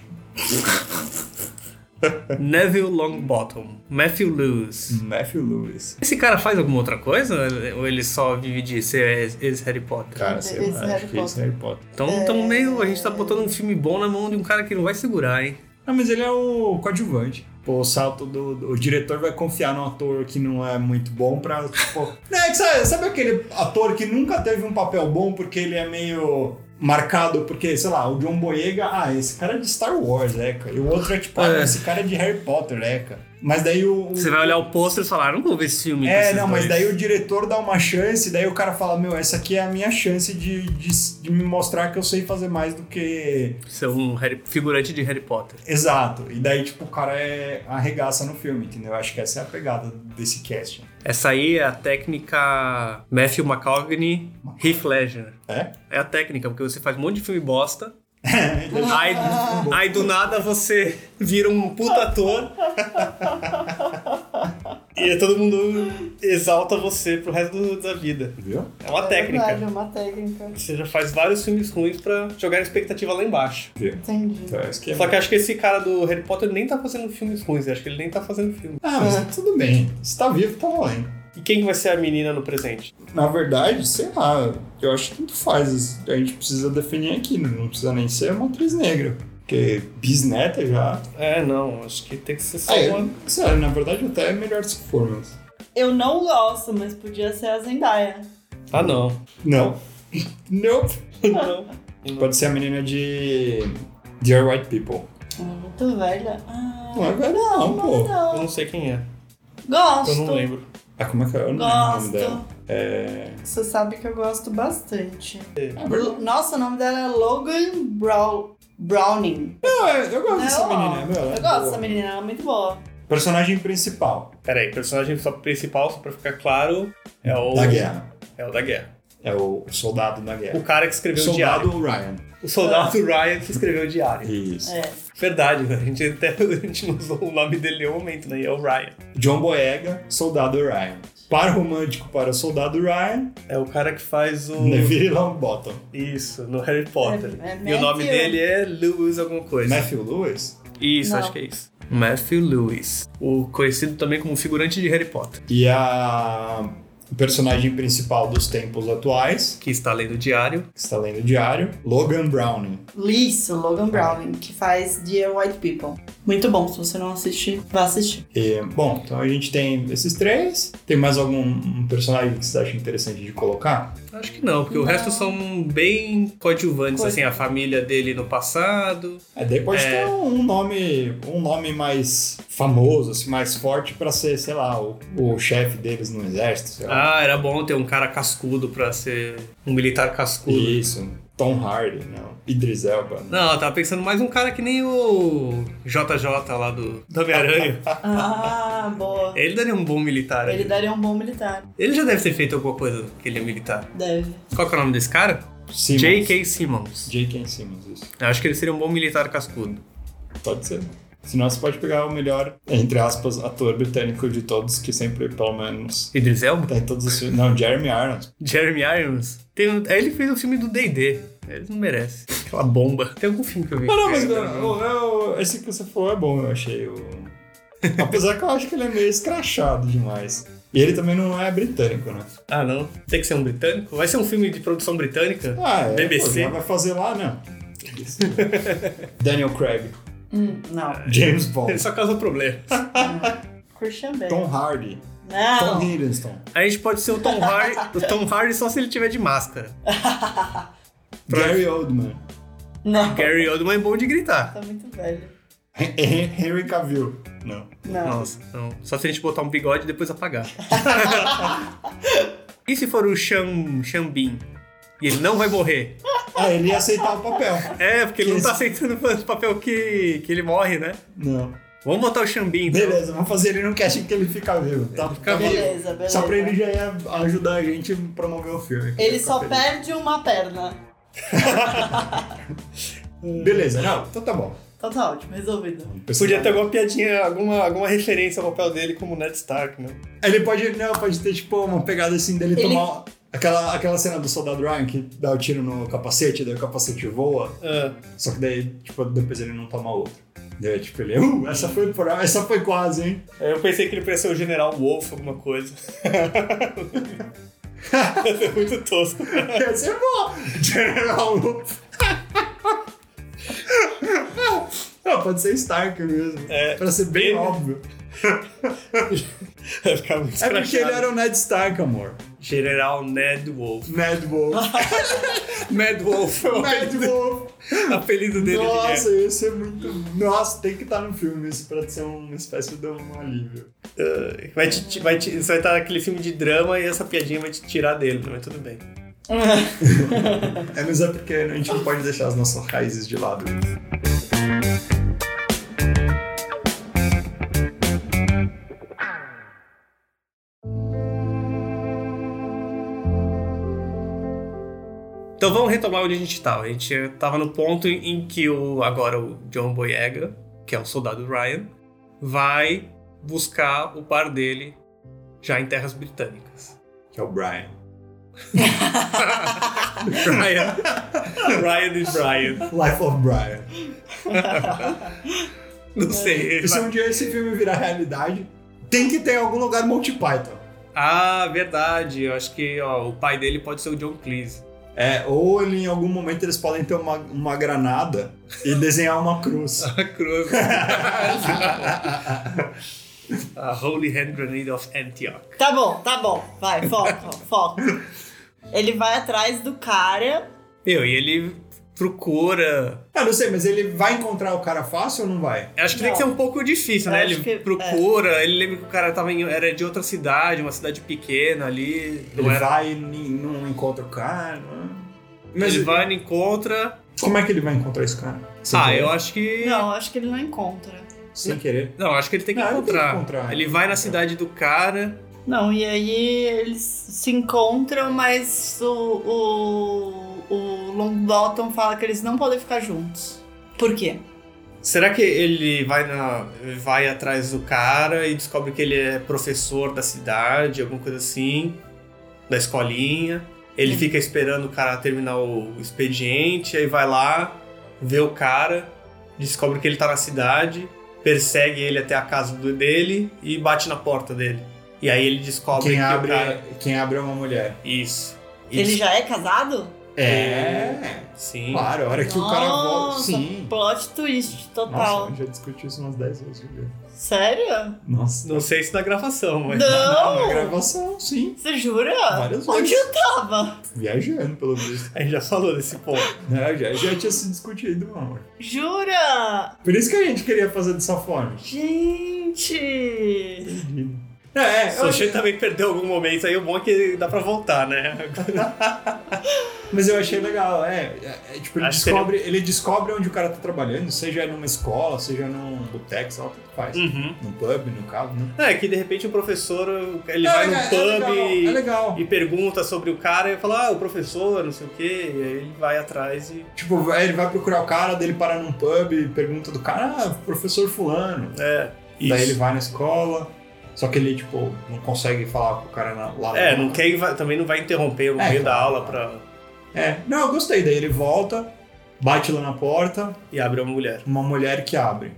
Speaker 1: Neville Longbottom. Matthew Lewis.
Speaker 3: Matthew Lewis.
Speaker 1: Esse cara faz alguma outra coisa? Ou ele só vive de ser ex-Harry Potter?
Speaker 3: Cara, sei
Speaker 2: Esse
Speaker 3: lá.
Speaker 2: Harry
Speaker 3: Acho que esse é Harry Potter.
Speaker 1: Então, então meio, a gente tá botando um filme bom na mão de um cara que não vai segurar, hein?
Speaker 3: Ah, mas ele é o coadjuvante. Pô, o salto do, do- O diretor vai confiar num ator que não é muito bom pra. Tipo, não, é que sabe, sabe aquele ator que nunca teve um papel bom porque ele é meio marcado? Porque, sei lá, o John Boyega, ah, esse cara é de Star Wars, é, cara. E o outro é tipo, ah,
Speaker 1: É.
Speaker 3: esse cara é de Harry Potter, é, cara. Mas daí o. o-
Speaker 1: Você vai olhar o pôster e falar, "Ah, não vou ver esse filme. com
Speaker 3: é,
Speaker 1: esses
Speaker 3: não, mas
Speaker 1: dois."
Speaker 3: daí o diretor dá uma chance, daí o cara fala: Meu, essa aqui é a minha chance de, de, de me mostrar que eu sei fazer mais do que
Speaker 1: Ser um Harry- figurante de Harry Potter.
Speaker 3: Exato. E daí, tipo, o cara é arregaça no filme, entendeu? Acho que essa é a pegada desse casting.
Speaker 1: Essa aí é a técnica Matthew McCogney, Heath Ledger.
Speaker 3: É?
Speaker 1: É a técnica, porque você faz um monte de filme bosta, aí, aí do nada você vira um puta ator e todo mundo exalta você pro resto do- da vida.
Speaker 3: Viu?
Speaker 1: É uma
Speaker 2: É
Speaker 1: técnica.
Speaker 2: verdade, é uma técnica.
Speaker 1: Você já faz vários filmes ruins pra jogar a expectativa lá embaixo.
Speaker 2: Entendi.
Speaker 3: Então, esse que é...
Speaker 1: Só que acho que esse cara do Harry Potter nem tá fazendo filmes ruins, acho que ele nem tá fazendo filme.
Speaker 3: Ah, mas tudo bem. Se tá vivo, tá valendo.
Speaker 1: E quem que vai ser a menina no presente?
Speaker 3: Na verdade, sei lá, eu acho que tanto faz. A gente precisa definir aqui, né? não precisa nem ser uma atriz negra. Porque bisneta já.
Speaker 1: É, não, acho que tem que ser só
Speaker 3: Ah,
Speaker 1: uma.
Speaker 3: eu- sério, na verdade até é melhor se for, mas.
Speaker 2: Eu não gosto, mas podia ser a Zendaya.
Speaker 1: Ah, não.
Speaker 3: Não. Nope.
Speaker 1: não. Não.
Speaker 3: Pode ser a menina de. Dear White People.
Speaker 2: Ela é muito velha. Ah,
Speaker 3: Não é velha, não,
Speaker 2: mas
Speaker 3: pô.
Speaker 2: não.
Speaker 1: Eu não sei quem é.
Speaker 2: Gosto.
Speaker 1: Eu não lembro.
Speaker 3: Ah, como é que é? Eu não lembro o nome dela.
Speaker 2: Gosto.
Speaker 3: É.
Speaker 2: Você sabe que eu gosto bastante.
Speaker 3: é verdade.
Speaker 2: Nossa, o nome dela é Logan Brow- Browning.
Speaker 3: Não, é- eu gosto dessa
Speaker 2: Eu-
Speaker 3: menina, é meu. ela é
Speaker 2: Eu gosto
Speaker 3: boa.
Speaker 2: dessa menina, ela é muito boa.
Speaker 3: Personagem principal
Speaker 1: Peraí, personagem só- principal, só pra ficar claro, é o.
Speaker 3: da guerra.
Speaker 1: É o da guerra.
Speaker 3: É o soldado da guerra.
Speaker 1: O cara que escreveu o diário.
Speaker 3: soldado É. Ryan.
Speaker 1: O soldado Ryan que escreveu o diário.
Speaker 3: Isso.
Speaker 2: É.
Speaker 1: Verdade, né? a gente até a gente não usou o nome dele em nenhum momento, né? E é o Ryan.
Speaker 3: John Boyega, soldado Ryan. Par romântico para o soldado Ryan, né, um
Speaker 1: É o cara que faz o.
Speaker 3: Neville Longbottom.
Speaker 1: Isso, no Harry Potter.
Speaker 2: É- é
Speaker 1: e o nome
Speaker 2: Matthew.
Speaker 1: dele é Lewis alguma coisa.
Speaker 3: Matthew Lewis.
Speaker 1: Isso,
Speaker 2: Não.
Speaker 1: acho que é isso. Matthew Lewis. O conhecido também como figurante de Harry Potter.
Speaker 3: E a personagem principal dos tempos atuais,
Speaker 1: Que está lendo o diário.
Speaker 3: que está lendo o diário, Logan Browning.
Speaker 2: Isso, Logan Browning, que faz Dear White People. Muito bom, se você não assistir, vá assistir.
Speaker 3: E, bom, então a gente tem esses três. Tem mais algum um personagem que vocês acham interessante de colocar?
Speaker 1: Acho que não, porque o
Speaker 2: Não.
Speaker 1: resto são bem coadjuvantes,
Speaker 2: Coisa.
Speaker 1: assim, a família dele no passado.
Speaker 3: É, daí pode
Speaker 1: É.
Speaker 3: ter um nome, um nome mais famoso, assim, mais forte pra ser, sei lá, o, o chefe deles no exército, sei lá.
Speaker 1: Ah, era bom ter um cara cascudo pra ser um militar cascudo.
Speaker 3: Isso, Tom Hardy, não. Idris Elba. né?
Speaker 1: Não, eu tava pensando mais um cara que nem o JJ lá do, do Homem-Aranha.
Speaker 2: Ah, boa.
Speaker 1: Ele daria um bom militar.
Speaker 2: Ele
Speaker 1: Ele,
Speaker 2: daria um bom militar.
Speaker 1: ele já deve ter feito alguma coisa que ele é militar.
Speaker 2: Deve.
Speaker 1: Qual que é o nome desse cara?
Speaker 3: Simmons.
Speaker 1: J.K. Simmons.
Speaker 3: J.K. Simmons, isso.
Speaker 1: Eu acho que ele seria um bom militar cascudo.
Speaker 3: Pode ser. Senão você pode pegar o melhor, entre aspas, ator britânico de todos, que sempre, pelo menos,
Speaker 1: Idris Elba?
Speaker 3: tá em todos os filmes. Não, Jeremy Irons.
Speaker 1: Jeremy Irons? Tem um- Ele fez o filme do D&D. Ele não merece. Aquela bomba. Tem algum filme que eu vi.
Speaker 3: Não, não, mas
Speaker 1: que é-
Speaker 3: não,
Speaker 1: era bom.
Speaker 3: eu- eu- esse que você falou é bom, eu achei. o- Apesar que eu acho que ele é meio escrachado demais. E ele também não é britânico, né?
Speaker 1: Ah, não? Tem que ser um britânico? Vai ser um filme de produção britânica?
Speaker 3: Ah, é.
Speaker 1: BBC.
Speaker 3: pô, já vai fazer lá, né? Daniel Craig,
Speaker 2: Hum, não.
Speaker 3: James
Speaker 1: Ele
Speaker 3: Bond,
Speaker 1: só causa problema.
Speaker 2: Christian Bale.
Speaker 3: Tom Hardy, Tom
Speaker 2: Ah, Não.
Speaker 3: Hiddleston,
Speaker 1: A gente pode ser o Tom Hardy, o Tom Hardy só se ele tiver de máscara. Pra-
Speaker 3: Gary Oldman,
Speaker 2: Não.
Speaker 1: Gary Oldman é bom de gritar.
Speaker 2: Tá muito velho.
Speaker 3: Henry Cavill. Não.
Speaker 2: Não.
Speaker 1: Nossa, não. Só se a gente botar um bigode e depois apagar. e se for o Xambin? Xambin? E ele não vai morrer.
Speaker 3: Ah, ele ia aceitar o papel.
Speaker 1: É, porque ele não
Speaker 3: Que
Speaker 1: tá aceitando o papel que, que ele morre, né?
Speaker 3: Não.
Speaker 1: Vamos botar o Xambin, então.
Speaker 3: Beleza, vamos fazer ele no casting que ele fica vivo. Tá,
Speaker 1: fica vivo.
Speaker 2: Beleza, beleza.
Speaker 3: Só pra ele já ia ajudar a gente a promover o filme.
Speaker 2: Ele só perde uma perna.
Speaker 3: Beleza, não, então tá bom.
Speaker 2: Então tá ótimo, resolvido.
Speaker 1: Podia ter alguma piadinha, alguma, alguma referência ao papel dele como Ned Stark, né?
Speaker 3: Ele pode, não, pode ter tipo uma pegada assim dele
Speaker 2: Ele-
Speaker 3: tomar. Aquela, aquela cena do soldado Ryan que dá o tiro no capacete, daí o capacete voa,
Speaker 1: Ah,
Speaker 3: só que daí, tipo, depois ele não toma outro. Daí, tipo, ele, uh, essa foi, por- essa foi quase, hein?
Speaker 1: eu pensei que ele parecia o General Wolf, alguma coisa. Mas é muito tosco.
Speaker 3: Essa é boa! General Luffy. Não, pode ser Stark mesmo.
Speaker 1: É,
Speaker 3: pra ser bem
Speaker 1: ele-
Speaker 3: óbvio.
Speaker 1: Vai ficar muito
Speaker 3: É porque ele
Speaker 1: escrachado.
Speaker 3: era o Ned Stark, amor.
Speaker 1: General Ned Wolf.
Speaker 3: Ned Wolf.
Speaker 1: Ah, Mad Wolf.
Speaker 3: Ned Wolf.
Speaker 1: O apelido dele.
Speaker 3: Nossa, isso é muito. Nossa, tem que estar no filme isso pra ser uma espécie de um alívio.
Speaker 1: né? Vai te, te- vai te- você vai estar naquele filme de drama e essa piadinha vai te tirar dele, né? mas tudo bem.
Speaker 3: É, mas é porque a gente não pode deixar as nossas raízes de lado.
Speaker 1: Então vamos retomar onde a gente estava. A gente tava no ponto em que o, agora o John Boyega, que é o soldado Ryan, vai buscar o par dele já em terras britânicas.
Speaker 3: Que é o Brian.
Speaker 1: Ryan. Ryan e Brian.
Speaker 3: Life of Brian.
Speaker 1: Não sei. Ele
Speaker 3: E se
Speaker 1: vai...
Speaker 3: um dia esse filme virar realidade, tem que ter em algum lugar Monty Python.
Speaker 1: Ah, verdade. Eu acho que ó, o pai dele pode ser o John Cleese.
Speaker 3: É, ou ele, em algum momento eles podem ter uma, uma granada e desenhar uma Ah, cruz.
Speaker 1: A cruz.
Speaker 2: É
Speaker 1: A Holy Hand Grenade of Antioch.
Speaker 2: Tá bom, tá bom. Vai, foco, foco. Ele vai atrás do cara.
Speaker 1: Meu, e ele procura.
Speaker 3: Ah, não sei, mas ele vai encontrar o cara fácil ou não vai?
Speaker 1: Eu Acho que tem que ser
Speaker 2: Não.
Speaker 1: um pouco difícil,
Speaker 2: Eu
Speaker 1: né?
Speaker 2: acho
Speaker 1: Ele
Speaker 2: que-
Speaker 1: procura, ele lembra que o cara tava em, era de outra cidade, uma cidade pequena ali. Não é.
Speaker 3: Ele
Speaker 1: era.
Speaker 3: vai e nem- não encontra o cara. não. é? Mas
Speaker 1: ele vai, não encontra.
Speaker 3: como é que ele vai encontrar esse cara? Sem
Speaker 1: Ah,
Speaker 3: querer?
Speaker 1: eu acho que.
Speaker 2: Não, acho que ele não encontra.
Speaker 3: Sem querer.
Speaker 1: Não, acho que ele tem que
Speaker 3: Não, ele tem que
Speaker 1: encontrar.
Speaker 3: encontrar.
Speaker 1: Ele vai na cidade do cara.
Speaker 2: Não, e aí eles se encontram, mas o, o, o Longbottom fala que eles não podem ficar juntos. Por quê?
Speaker 1: Será que ele vai na vai atrás do cara e descobre que ele é professor da cidade, alguma coisa assim, da escolinha? Ele
Speaker 2: Hum.
Speaker 1: fica esperando o cara terminar o expediente, aí vai lá, vê o cara, descobre que ele tá na cidade, persegue ele até a casa do- dele e bate na porta dele. E aí ele descobre
Speaker 3: Quem
Speaker 1: que
Speaker 3: abre,
Speaker 1: o cara.
Speaker 3: quem abre é uma mulher.
Speaker 1: Isso.
Speaker 2: Ele
Speaker 1: Isso.
Speaker 2: já é casado?
Speaker 3: É.
Speaker 1: Sim.
Speaker 3: Claro, a hora que o cara volta.
Speaker 2: Nossa,
Speaker 3: Sim.
Speaker 2: Plot twist total.
Speaker 3: Nossa, eu já discuti isso umas 10 vezes, Julia.
Speaker 2: Sério?
Speaker 3: Nossa.
Speaker 1: Não sei se na gravação, mas.
Speaker 2: Não!
Speaker 3: Na é gravação, sim.
Speaker 2: Você jura?
Speaker 3: Várias
Speaker 2: Onde
Speaker 3: vezes.
Speaker 2: eu tava?
Speaker 3: Viajando, pelo visto.
Speaker 1: A gente já falou desse ponto.
Speaker 3: Não, já, já tinha se discutido, amor.
Speaker 2: Jura?
Speaker 3: Por isso que a gente queria fazer dessa forma.
Speaker 2: Gente!
Speaker 3: Entendido. É, eu
Speaker 1: O
Speaker 3: achei-
Speaker 1: Shen também perdeu algum momento aí, o bom é que dá pra voltar, né?
Speaker 3: mas eu achei legal, é. é, é, tipo, ele
Speaker 1: Acho que
Speaker 3: descobre, ele descobre onde o cara tá trabalhando, seja numa escola, seja num boteco, sei lá, tanto faz.
Speaker 1: Uhum.
Speaker 3: Num pub, no carro, né?
Speaker 1: É, que de repente o professor ele
Speaker 3: É,
Speaker 1: vai
Speaker 3: é,
Speaker 1: num
Speaker 3: é
Speaker 1: pub
Speaker 3: legal,
Speaker 1: e,
Speaker 3: É legal.
Speaker 1: e pergunta sobre o cara e fala, ah, o professor, não sei o quê, e aí ele vai atrás e.
Speaker 3: Tipo, vai- ele vai procurar o cara, dele para num pub e pergunta do cara, ah, professor fulano.
Speaker 1: É.
Speaker 3: Daí ele vai na escola, só que ele, tipo, não consegue falar com o cara na- lá.
Speaker 1: É, não quer, inva- também não vai interromper o
Speaker 3: É,
Speaker 1: meio da
Speaker 3: claro.
Speaker 1: aula pra.
Speaker 3: É, não, eu gostei. Daí ele volta, bate lá na porta,
Speaker 1: e abre uma mulher.
Speaker 3: uma mulher que abre.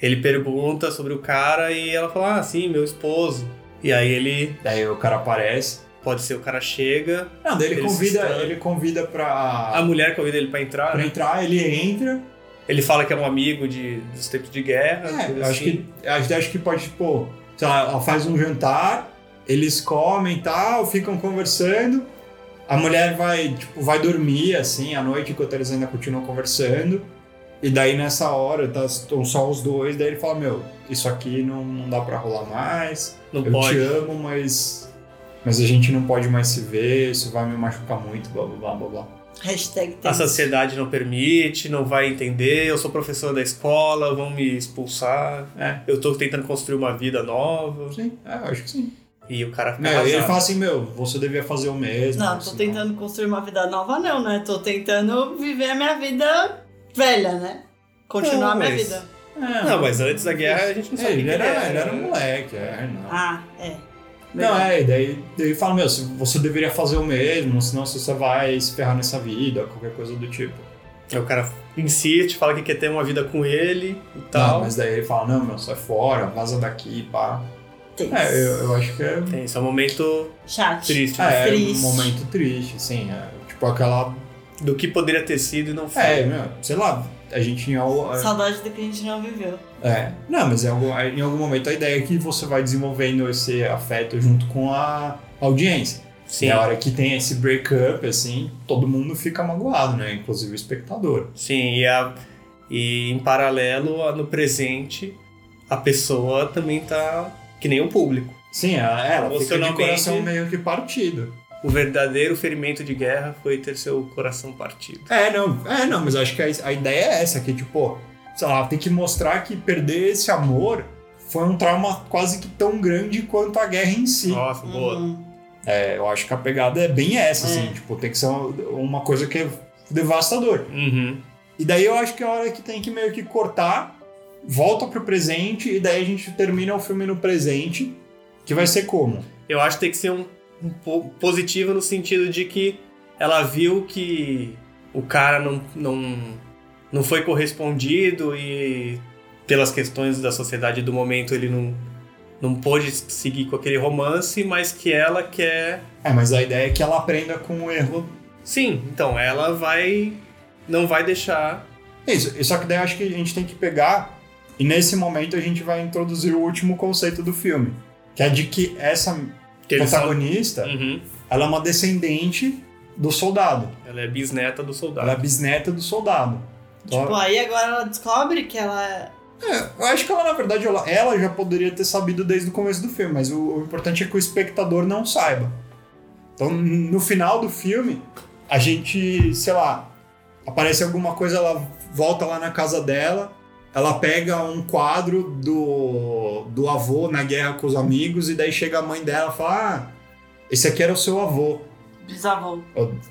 Speaker 1: Ele pergunta sobre o cara e ela fala, ah, sim, meu esposo. E aí ele.
Speaker 3: Daí o cara aparece.
Speaker 1: Pode ser o cara chega,
Speaker 3: Não, daí ele,
Speaker 1: Ele se
Speaker 3: convida,
Speaker 1: estranha.
Speaker 3: ele convida pra,
Speaker 1: a mulher convida ele pra entrar,
Speaker 3: pra
Speaker 1: né?
Speaker 3: entrar, ele entra.
Speaker 1: Ele fala que é um amigo de, dos tempos de guerra.
Speaker 3: É,
Speaker 1: coisa
Speaker 3: eu acho
Speaker 1: assim.
Speaker 3: que, acho, acho que pode, tipo, sei lá, ela faz um jantar, eles comem e tal, ficam conversando. A mulher vai, tipo, vai dormir, assim, à noite, enquanto eles ainda continuam conversando. E daí, nessa hora, tá, estão só os dois, daí ele fala, meu, isso aqui não, não dá pra rolar mais,
Speaker 1: não
Speaker 3: eu
Speaker 1: pode.
Speaker 3: te amo, mas... Mas a gente não pode mais se ver, isso vai me machucar muito, blá, blá, blá, blá, blá.
Speaker 2: Hashtag tem.
Speaker 1: A sociedade não permite, não vai entender, eu sou professor da escola, vão me expulsar,
Speaker 3: É,
Speaker 1: eu tô tentando construir uma vida nova.
Speaker 3: sim, é, eu acho que sim.
Speaker 1: E o cara fica
Speaker 3: Meu, ele
Speaker 1: arrasado.
Speaker 3: fala assim, meu, você devia fazer o mesmo. assim,
Speaker 2: Não, tô
Speaker 3: senão-
Speaker 2: tentando construir uma vida nova, não, né? Tô tentando viver a minha vida velha, né? Continuar
Speaker 1: Não,
Speaker 2: a minha
Speaker 1: mas-
Speaker 2: vida.
Speaker 3: É,
Speaker 1: Não, mas antes da guerra a gente não
Speaker 3: É,
Speaker 1: sabia
Speaker 3: ele,
Speaker 1: quem
Speaker 3: era,
Speaker 1: ele era,
Speaker 3: ele era um
Speaker 1: né?
Speaker 3: moleque, é, não.
Speaker 2: Ah, é.
Speaker 3: não, é, e daí, daí fala, meu, se- você deveria fazer o mesmo, senão você só vai se ferrar nessa vida, qualquer coisa do tipo.
Speaker 1: Aí né? o cara insiste, fala que quer ter uma vida com ele e
Speaker 3: Não,
Speaker 1: tal.
Speaker 3: mas daí ele fala, não, meu, sai fora, vaza daqui, pá.
Speaker 2: Tem.
Speaker 3: É, eu, eu acho que é,
Speaker 1: Tem, isso é um momento
Speaker 2: Chat.
Speaker 1: triste né?
Speaker 3: é, um
Speaker 2: Triste.
Speaker 3: momento triste, assim, é, tipo aquela...
Speaker 1: do que poderia ter sido e não foi.
Speaker 3: É, meu, sei lá, a gente em algum...
Speaker 2: Saudade do que a gente não viveu.
Speaker 3: É, não, mas em algum, em algum momento a ideia é que você vai desenvolvendo esse afeto junto com a audiência.
Speaker 1: Sim,
Speaker 3: E a hora que tem esse break-up, assim, todo mundo fica magoado, né? Inclusive o espectador.
Speaker 1: sim. E, a- e em paralelo, a- no presente, a pessoa também tá que nem o público.
Speaker 3: Sim, ela, ela fica de
Speaker 1: Emocionalmente-
Speaker 3: coração meio que partido.
Speaker 1: O verdadeiro ferimento de guerra foi ter seu coração partido.
Speaker 3: É, não, é, não, mas acho que a, a ideia é essa, que tipo, sei lá, tem que mostrar que perder esse amor foi um trauma quase que tão grande quanto a guerra em si.
Speaker 1: Nossa, boa.
Speaker 2: Uhum.
Speaker 3: É, eu acho que a pegada é bem essa,
Speaker 2: É.
Speaker 3: assim, tipo, tem que ser uma coisa que é devastadora.
Speaker 1: Uhum.
Speaker 3: E daí eu acho que é a hora que tem que meio que cortar, volta pro presente, e daí a gente termina o filme no presente, que vai ser como?
Speaker 1: Eu acho que tem que ser um, um po- positivo no sentido de que ela viu que o cara não, não, não foi correspondido e pelas questões da sociedade do momento ele não, não pôde seguir com aquele romance, mas que ela quer.
Speaker 3: É, mas a ideia é que ela aprenda com o erro.
Speaker 1: Sim, então ela vai. não vai deixar.
Speaker 3: É Isso, E só que daí eu acho que a gente tem que pegar, e nesse momento a gente vai introduzir o último conceito do filme, que é de que essa
Speaker 1: Que eles são-
Speaker 3: protagonista,
Speaker 1: Uhum.
Speaker 3: ela é uma descendente do soldado.
Speaker 1: Ela é bisneta do soldado.
Speaker 3: Ela é bisneta do soldado. Então,
Speaker 2: Tipo, aí agora ela descobre que ela.
Speaker 3: é, eu acho que ela, na verdade, ela, ela já poderia ter sabido desde o começo do filme, mas o, o importante é que o espectador não saiba. Então, n- no final do filme, a gente, sei lá, aparece alguma coisa, ela volta lá na casa dela, ela pega um quadro do, do avô na guerra com os amigos, e daí chega a mãe dela e fala: Ah, esse aqui era o seu avô.
Speaker 2: Bisavô.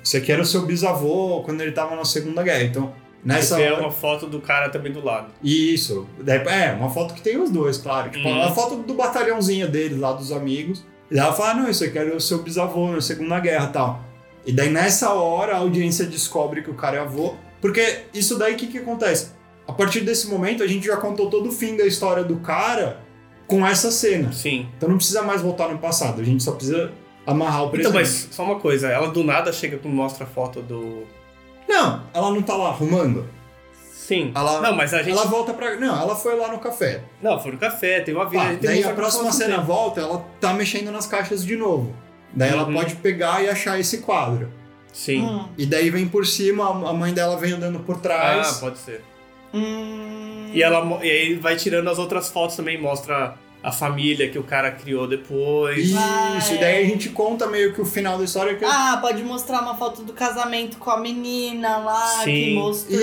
Speaker 3: Esse aqui era o seu bisavô quando ele tava na Segunda Guerra. Então, nessa.
Speaker 1: Nessa tem uma foto do cara também do lado.
Speaker 3: Isso. Daí- É, uma foto que tem os dois, claro. Tipo,
Speaker 1: Uhum.
Speaker 3: a foto do batalhãozinho deles lá, dos amigos. E ela fala, não, isso aqui era o seu bisavô na Segunda Guerra e tal. E daí, nessa hora, a audiência descobre que o cara é avô. Porque isso daí, o que que acontece? A partir desse momento, a gente já contou todo o fim da história do cara com essa cena.
Speaker 1: Sim.
Speaker 3: Então não precisa mais voltar no passado, a gente só precisa amarrar o presente.
Speaker 1: Então, mas só uma coisa, ela do nada chega e mostra a foto do.
Speaker 3: Não, ela não tá lá arrumando.
Speaker 1: Sim.
Speaker 3: Ela-
Speaker 1: Não, mas a gente.
Speaker 3: Ela volta pra. Não, ela foi lá no café.
Speaker 1: Não, foi no café, teve uma vida.
Speaker 3: Pá,
Speaker 1: gente tem
Speaker 3: Ah, daí
Speaker 1: uma
Speaker 3: a próxima
Speaker 1: foto
Speaker 3: cena
Speaker 1: dele.
Speaker 3: volta, ela tá mexendo nas caixas de novo. Daí ela
Speaker 1: Uhum.
Speaker 3: pode pegar e achar esse quadro.
Speaker 1: Sim.
Speaker 2: Hum.
Speaker 3: E daí vem por cima, a a mãe dela vem andando por
Speaker 1: Ah,
Speaker 3: trás.
Speaker 1: pode ser.
Speaker 2: Hum.
Speaker 1: E, ela, mo- e aí vai tirando as outras fotos também, mostra a família que o cara criou depois.
Speaker 3: Isso,
Speaker 2: Vai.
Speaker 3: e daí a gente conta meio que o final da história. Que...
Speaker 2: Ah, pode mostrar uma foto do casamento com a menina lá que
Speaker 1: Sim.
Speaker 2: mostrou.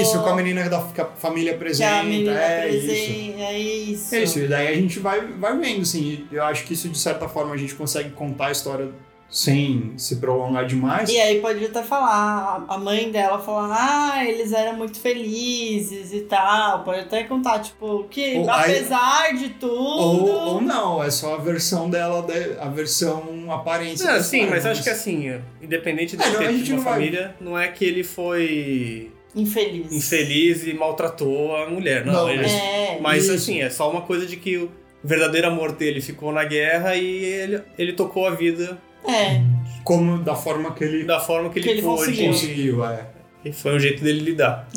Speaker 3: Isso, com a menina da que a família
Speaker 2: Que
Speaker 3: apresenta.
Speaker 2: a menina
Speaker 3: é isso.
Speaker 2: presen- é isso.
Speaker 3: É isso, e daí a gente vai, vai vendo, assim. e Eu acho que isso, de certa forma, a gente consegue contar a história sem se prolongar demais.
Speaker 2: E é aí pode até falar, a mãe dela falar, ah, eles eram muito felizes e tal. Pode até contar, tipo, que
Speaker 3: Ou aí-
Speaker 2: apesar de tudo.
Speaker 3: Ou, ou não, é só a versão dela, da- a versão aparência.
Speaker 1: Ah,
Speaker 3: da
Speaker 1: sim,
Speaker 3: história,
Speaker 1: mas acho que assim, independente de
Speaker 3: É, não, a
Speaker 1: ter
Speaker 3: gente
Speaker 1: tido uma
Speaker 3: não vai-
Speaker 1: família, não é que ele foi
Speaker 2: Infeliz.
Speaker 1: infeliz e maltratou a mulher, não.
Speaker 3: Não,
Speaker 1: ele-
Speaker 3: mas-
Speaker 2: É.
Speaker 1: Mas
Speaker 3: Isso.
Speaker 1: assim, é só uma coisa de que o verdadeiro amor dele ficou na guerra e ele, ele tocou a vida
Speaker 2: É.
Speaker 3: Como da forma que ele
Speaker 1: da forma que ele,
Speaker 2: Que ele
Speaker 1: pôde.
Speaker 2: conseguiu.
Speaker 3: conseguiu, é.
Speaker 1: E foi um jeito dele lidar.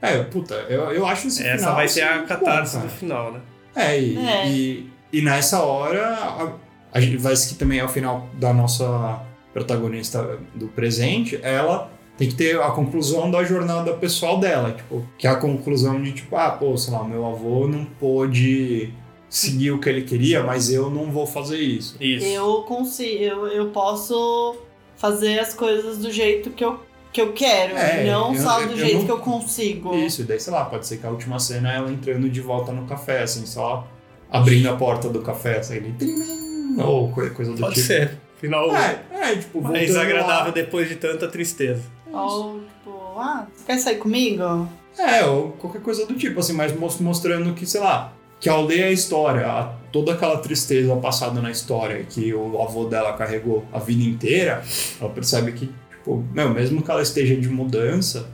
Speaker 2: É.
Speaker 3: É, puta, eu, eu acho esse
Speaker 1: Essa
Speaker 3: final,
Speaker 1: vai ser a
Speaker 3: assim,
Speaker 1: catarse
Speaker 3: bom,
Speaker 1: do
Speaker 3: cara.
Speaker 1: final, né?
Speaker 3: É, e,
Speaker 2: É.
Speaker 3: E, e nessa hora, a, a gente vai que também é o final da nossa protagonista do presente, ela tem que ter a conclusão da jornada pessoal dela, tipo, que é a conclusão de tipo, ah, pô, sei lá, meu avô não pôde seguir o que ele queria, mas eu não vou fazer isso.
Speaker 1: Isso.
Speaker 2: Eu consigo. Eu, eu posso fazer as coisas do jeito que eu, que eu quero.
Speaker 3: É,
Speaker 2: não
Speaker 3: eu-
Speaker 2: só
Speaker 3: eu-
Speaker 2: do
Speaker 3: eu
Speaker 2: jeito
Speaker 3: não-
Speaker 2: que eu consigo.
Speaker 3: Isso, e daí, sei lá, pode ser que a última cena é ela entrando de volta no café, assim, só abrindo a porta do café, assim, ele... trim, ou coisa, coisa do
Speaker 1: Pode
Speaker 3: tipo.
Speaker 1: ser. Final
Speaker 3: É, é, tipo, voltando lá.
Speaker 1: é desagradável depois de tanta tristeza.
Speaker 2: Ou, tipo, ah, você quer sair comigo?
Speaker 3: É, ou qualquer coisa do tipo, assim, mas mos- mostrando que, sei lá, que ao ler a história, a- toda aquela tristeza passada na história que o avô dela carregou a vida inteira, ela percebe que, tipo, meu, mesmo que ela esteja de mudança,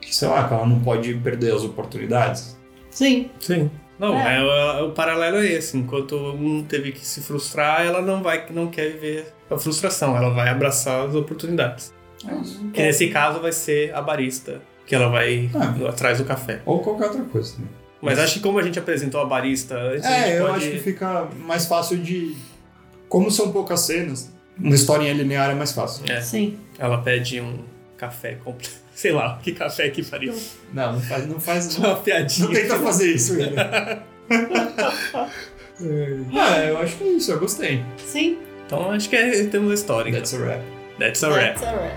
Speaker 3: que, sei lá, que ela não pode perder as oportunidades.
Speaker 2: Sim.
Speaker 1: Sim. Não,
Speaker 2: É.
Speaker 1: é. o- é o paralelo é esse. Enquanto um teve que se frustrar, ela não vai, não quer viver a frustração. Ela vai abraçar as oportunidades.
Speaker 3: É
Speaker 1: Que nesse caso vai ser a barista, que ela vai
Speaker 3: Ah.
Speaker 1: atrás do café.
Speaker 3: Ou qualquer outra coisa, né?
Speaker 1: Mas acho que como a gente apresentou a barista antes, a gente
Speaker 3: É, eu
Speaker 1: pode...
Speaker 3: acho que fica mais fácil de. Como são poucas cenas, uma historinha linear é mais fácil.
Speaker 1: É.
Speaker 2: Sim.
Speaker 1: Ela pede um café completo. Sei lá, que café que faria.
Speaker 3: Não, não faz. Não, faz,
Speaker 1: Uma piadinha.
Speaker 3: não tenta fazer isso, William. Ah, eu acho que é isso, eu gostei.
Speaker 2: Sim.
Speaker 1: Então acho que é, temos a história. Então.
Speaker 3: That's a wrap.
Speaker 1: That's a wrap.
Speaker 2: That's a wrap.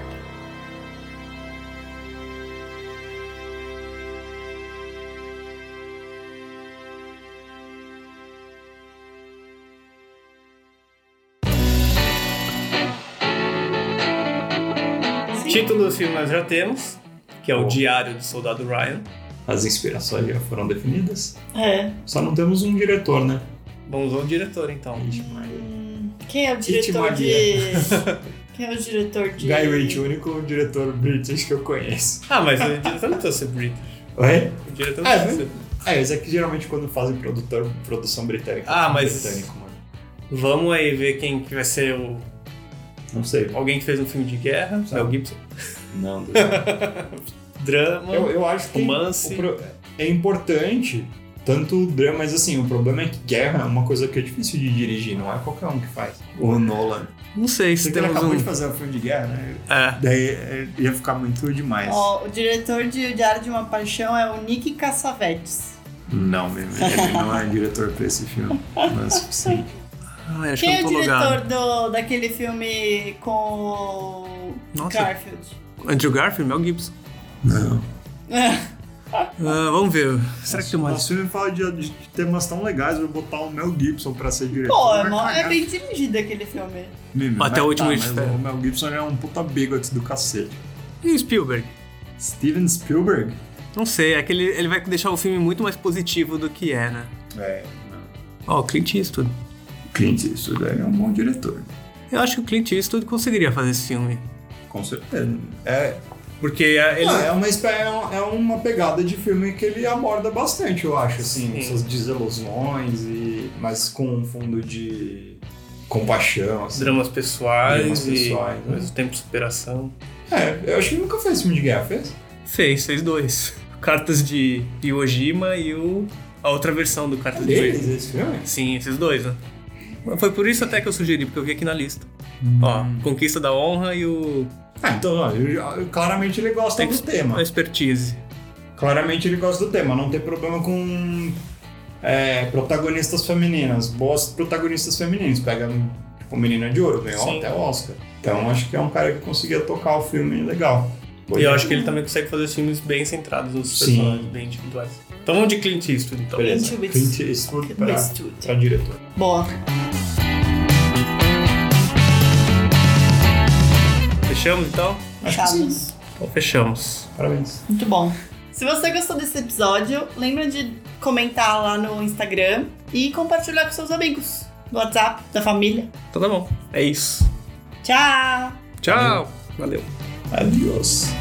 Speaker 2: Sim.
Speaker 1: Título do filme nós já temos, que é o
Speaker 3: Bom.
Speaker 1: Diário do Soldado Ryan.
Speaker 3: As inspirações já foram definidas.
Speaker 2: É.
Speaker 3: Só não temos um diretor, né?
Speaker 1: Vamos ao diretor então.
Speaker 2: Hum, Quem é o
Speaker 3: Tite
Speaker 2: diretor de. Quem é o diretor de.
Speaker 3: Guy Ritchie, o único diretor british que eu conheço.
Speaker 1: Ah, mas o diretor não precisa ser British.
Speaker 3: Oi?
Speaker 1: O diretor não
Speaker 3: É,
Speaker 1: precisa ser.
Speaker 3: É, isso é que geralmente quando fazem produtor, produção britânica.
Speaker 1: Ah,
Speaker 3: é
Speaker 1: mas-
Speaker 3: Britânico, mano.
Speaker 1: Vamos aí ver quem que vai ser o.
Speaker 3: Não sei.
Speaker 1: Alguém que fez um filme de guerra,
Speaker 3: Tá.
Speaker 1: Mel Gibson.
Speaker 3: Não, Deus.
Speaker 1: Drama.
Speaker 3: Eu, eu acho que
Speaker 1: Romance.
Speaker 3: o pro- é importante tanto drama, mas assim, o problema é que guerra é uma coisa que é difícil de dirigir, não é qualquer um que faz. O Nolan.
Speaker 1: Não sei
Speaker 3: Se
Speaker 1: se
Speaker 3: ele
Speaker 1: temos
Speaker 3: acabou
Speaker 1: um.
Speaker 3: de fazer um filme de guerra, né?
Speaker 1: É.
Speaker 3: Daí é, ia ficar muito demais.
Speaker 2: Ó, o diretor de O Diário de uma Paixão é o Nick Cassavetes.
Speaker 3: Não, mesmo, ele não é diretor pra esse filme. Não é suficiente.
Speaker 1: Ai, acho
Speaker 2: Quem
Speaker 1: que
Speaker 2: é
Speaker 1: eu
Speaker 2: o
Speaker 1: não tô
Speaker 2: diretor
Speaker 1: logado.
Speaker 2: do, daquele filme com o
Speaker 1: Nossa.
Speaker 2: Garfield?
Speaker 1: Andrew Garfield, Mel Gibson.
Speaker 3: Não.
Speaker 1: Ah, vamos ver. Será que tem mais?
Speaker 3: Nosso filme fala de, de temas tão legais, eu vou botar o Mel Gibson pra ser diretor.
Speaker 2: Pô, é,
Speaker 3: vai
Speaker 2: mó- é
Speaker 3: cagar.
Speaker 2: bem dirigido aquele filme.
Speaker 3: Mesmo,
Speaker 1: Até
Speaker 3: mas
Speaker 1: o último
Speaker 3: tá,
Speaker 1: Justiça.
Speaker 3: mas O Mel Gibson ele é um puta bigot do cacete.
Speaker 1: E Spielberg?
Speaker 3: Steven Spielberg?
Speaker 1: Não sei, é que ele, ele vai deixar o filme muito mais positivo do que é, né?
Speaker 3: É, não.
Speaker 1: Ó, o Clint Eastwood.
Speaker 3: Clint Eastwood é um bom diretor.
Speaker 1: Eu acho que o Clint Eastwood conseguiria fazer esse filme.
Speaker 3: Com certeza. É,
Speaker 1: Porque é, ele.
Speaker 3: Não, é, uma, espé- é um- é uma pegada de filme que ele aborda bastante, eu acho, assim,
Speaker 1: Sim.
Speaker 3: essas desilusões, e, mas com um fundo de compaixão, assim.
Speaker 1: um Dramas pessoais,
Speaker 3: Dramas pessoais,
Speaker 1: e
Speaker 3: né?
Speaker 1: ao mesmo tempo superação.
Speaker 3: É, eu acho que ele nunca fez filme de guerra, fez?
Speaker 1: Fez, fez dois. Cartas de Iwo Jima e o. a outra versão do Cartas de Iwo
Speaker 3: Ele
Speaker 1: Jima.
Speaker 3: fez esse filme?
Speaker 1: Sim, esses dois, né? Mas Foi por isso até que eu sugeri, porque eu vi aqui na lista. Ó, Conquista da Honra e o
Speaker 3: Ah, então, ó, eu já- eu- claramente ele gosta do
Speaker 1: Ex- a
Speaker 3: tema.
Speaker 1: Expertise.
Speaker 3: Claramente ele gosta do tema, não tem problema com é, protagonistas femininas, boas protagonistas femininas. Pega o Menina de Ouro, ganhou
Speaker 1: Sim.
Speaker 3: até o Oscar. Então acho que é um cara que conseguia tocar o filme legal.
Speaker 1: E eu acho que ele também consegue fazer filmes bem centrados nos
Speaker 3: é. Sim.
Speaker 1: personagens, bem individuais. Então vamos de Clint Eastwood, então.
Speaker 3: Beleza.
Speaker 2: Clint
Speaker 3: Clint Eastwood pra,
Speaker 2: Eastwood.
Speaker 3: pra diretor.
Speaker 1: É.
Speaker 2: Boa.
Speaker 1: Fechamos então?
Speaker 3: Acho que sim.
Speaker 2: Chaves.
Speaker 1: Então fechamos.
Speaker 3: Parabéns.
Speaker 2: Muito bom. Se você gostou desse episódio, lembra de comentar lá no Instagram e compartilhar com seus amigos, do WhatsApp, da família.
Speaker 1: Então tá bom. É isso.
Speaker 2: Tchau!
Speaker 1: Tchau. Valeu.
Speaker 3: Adiós.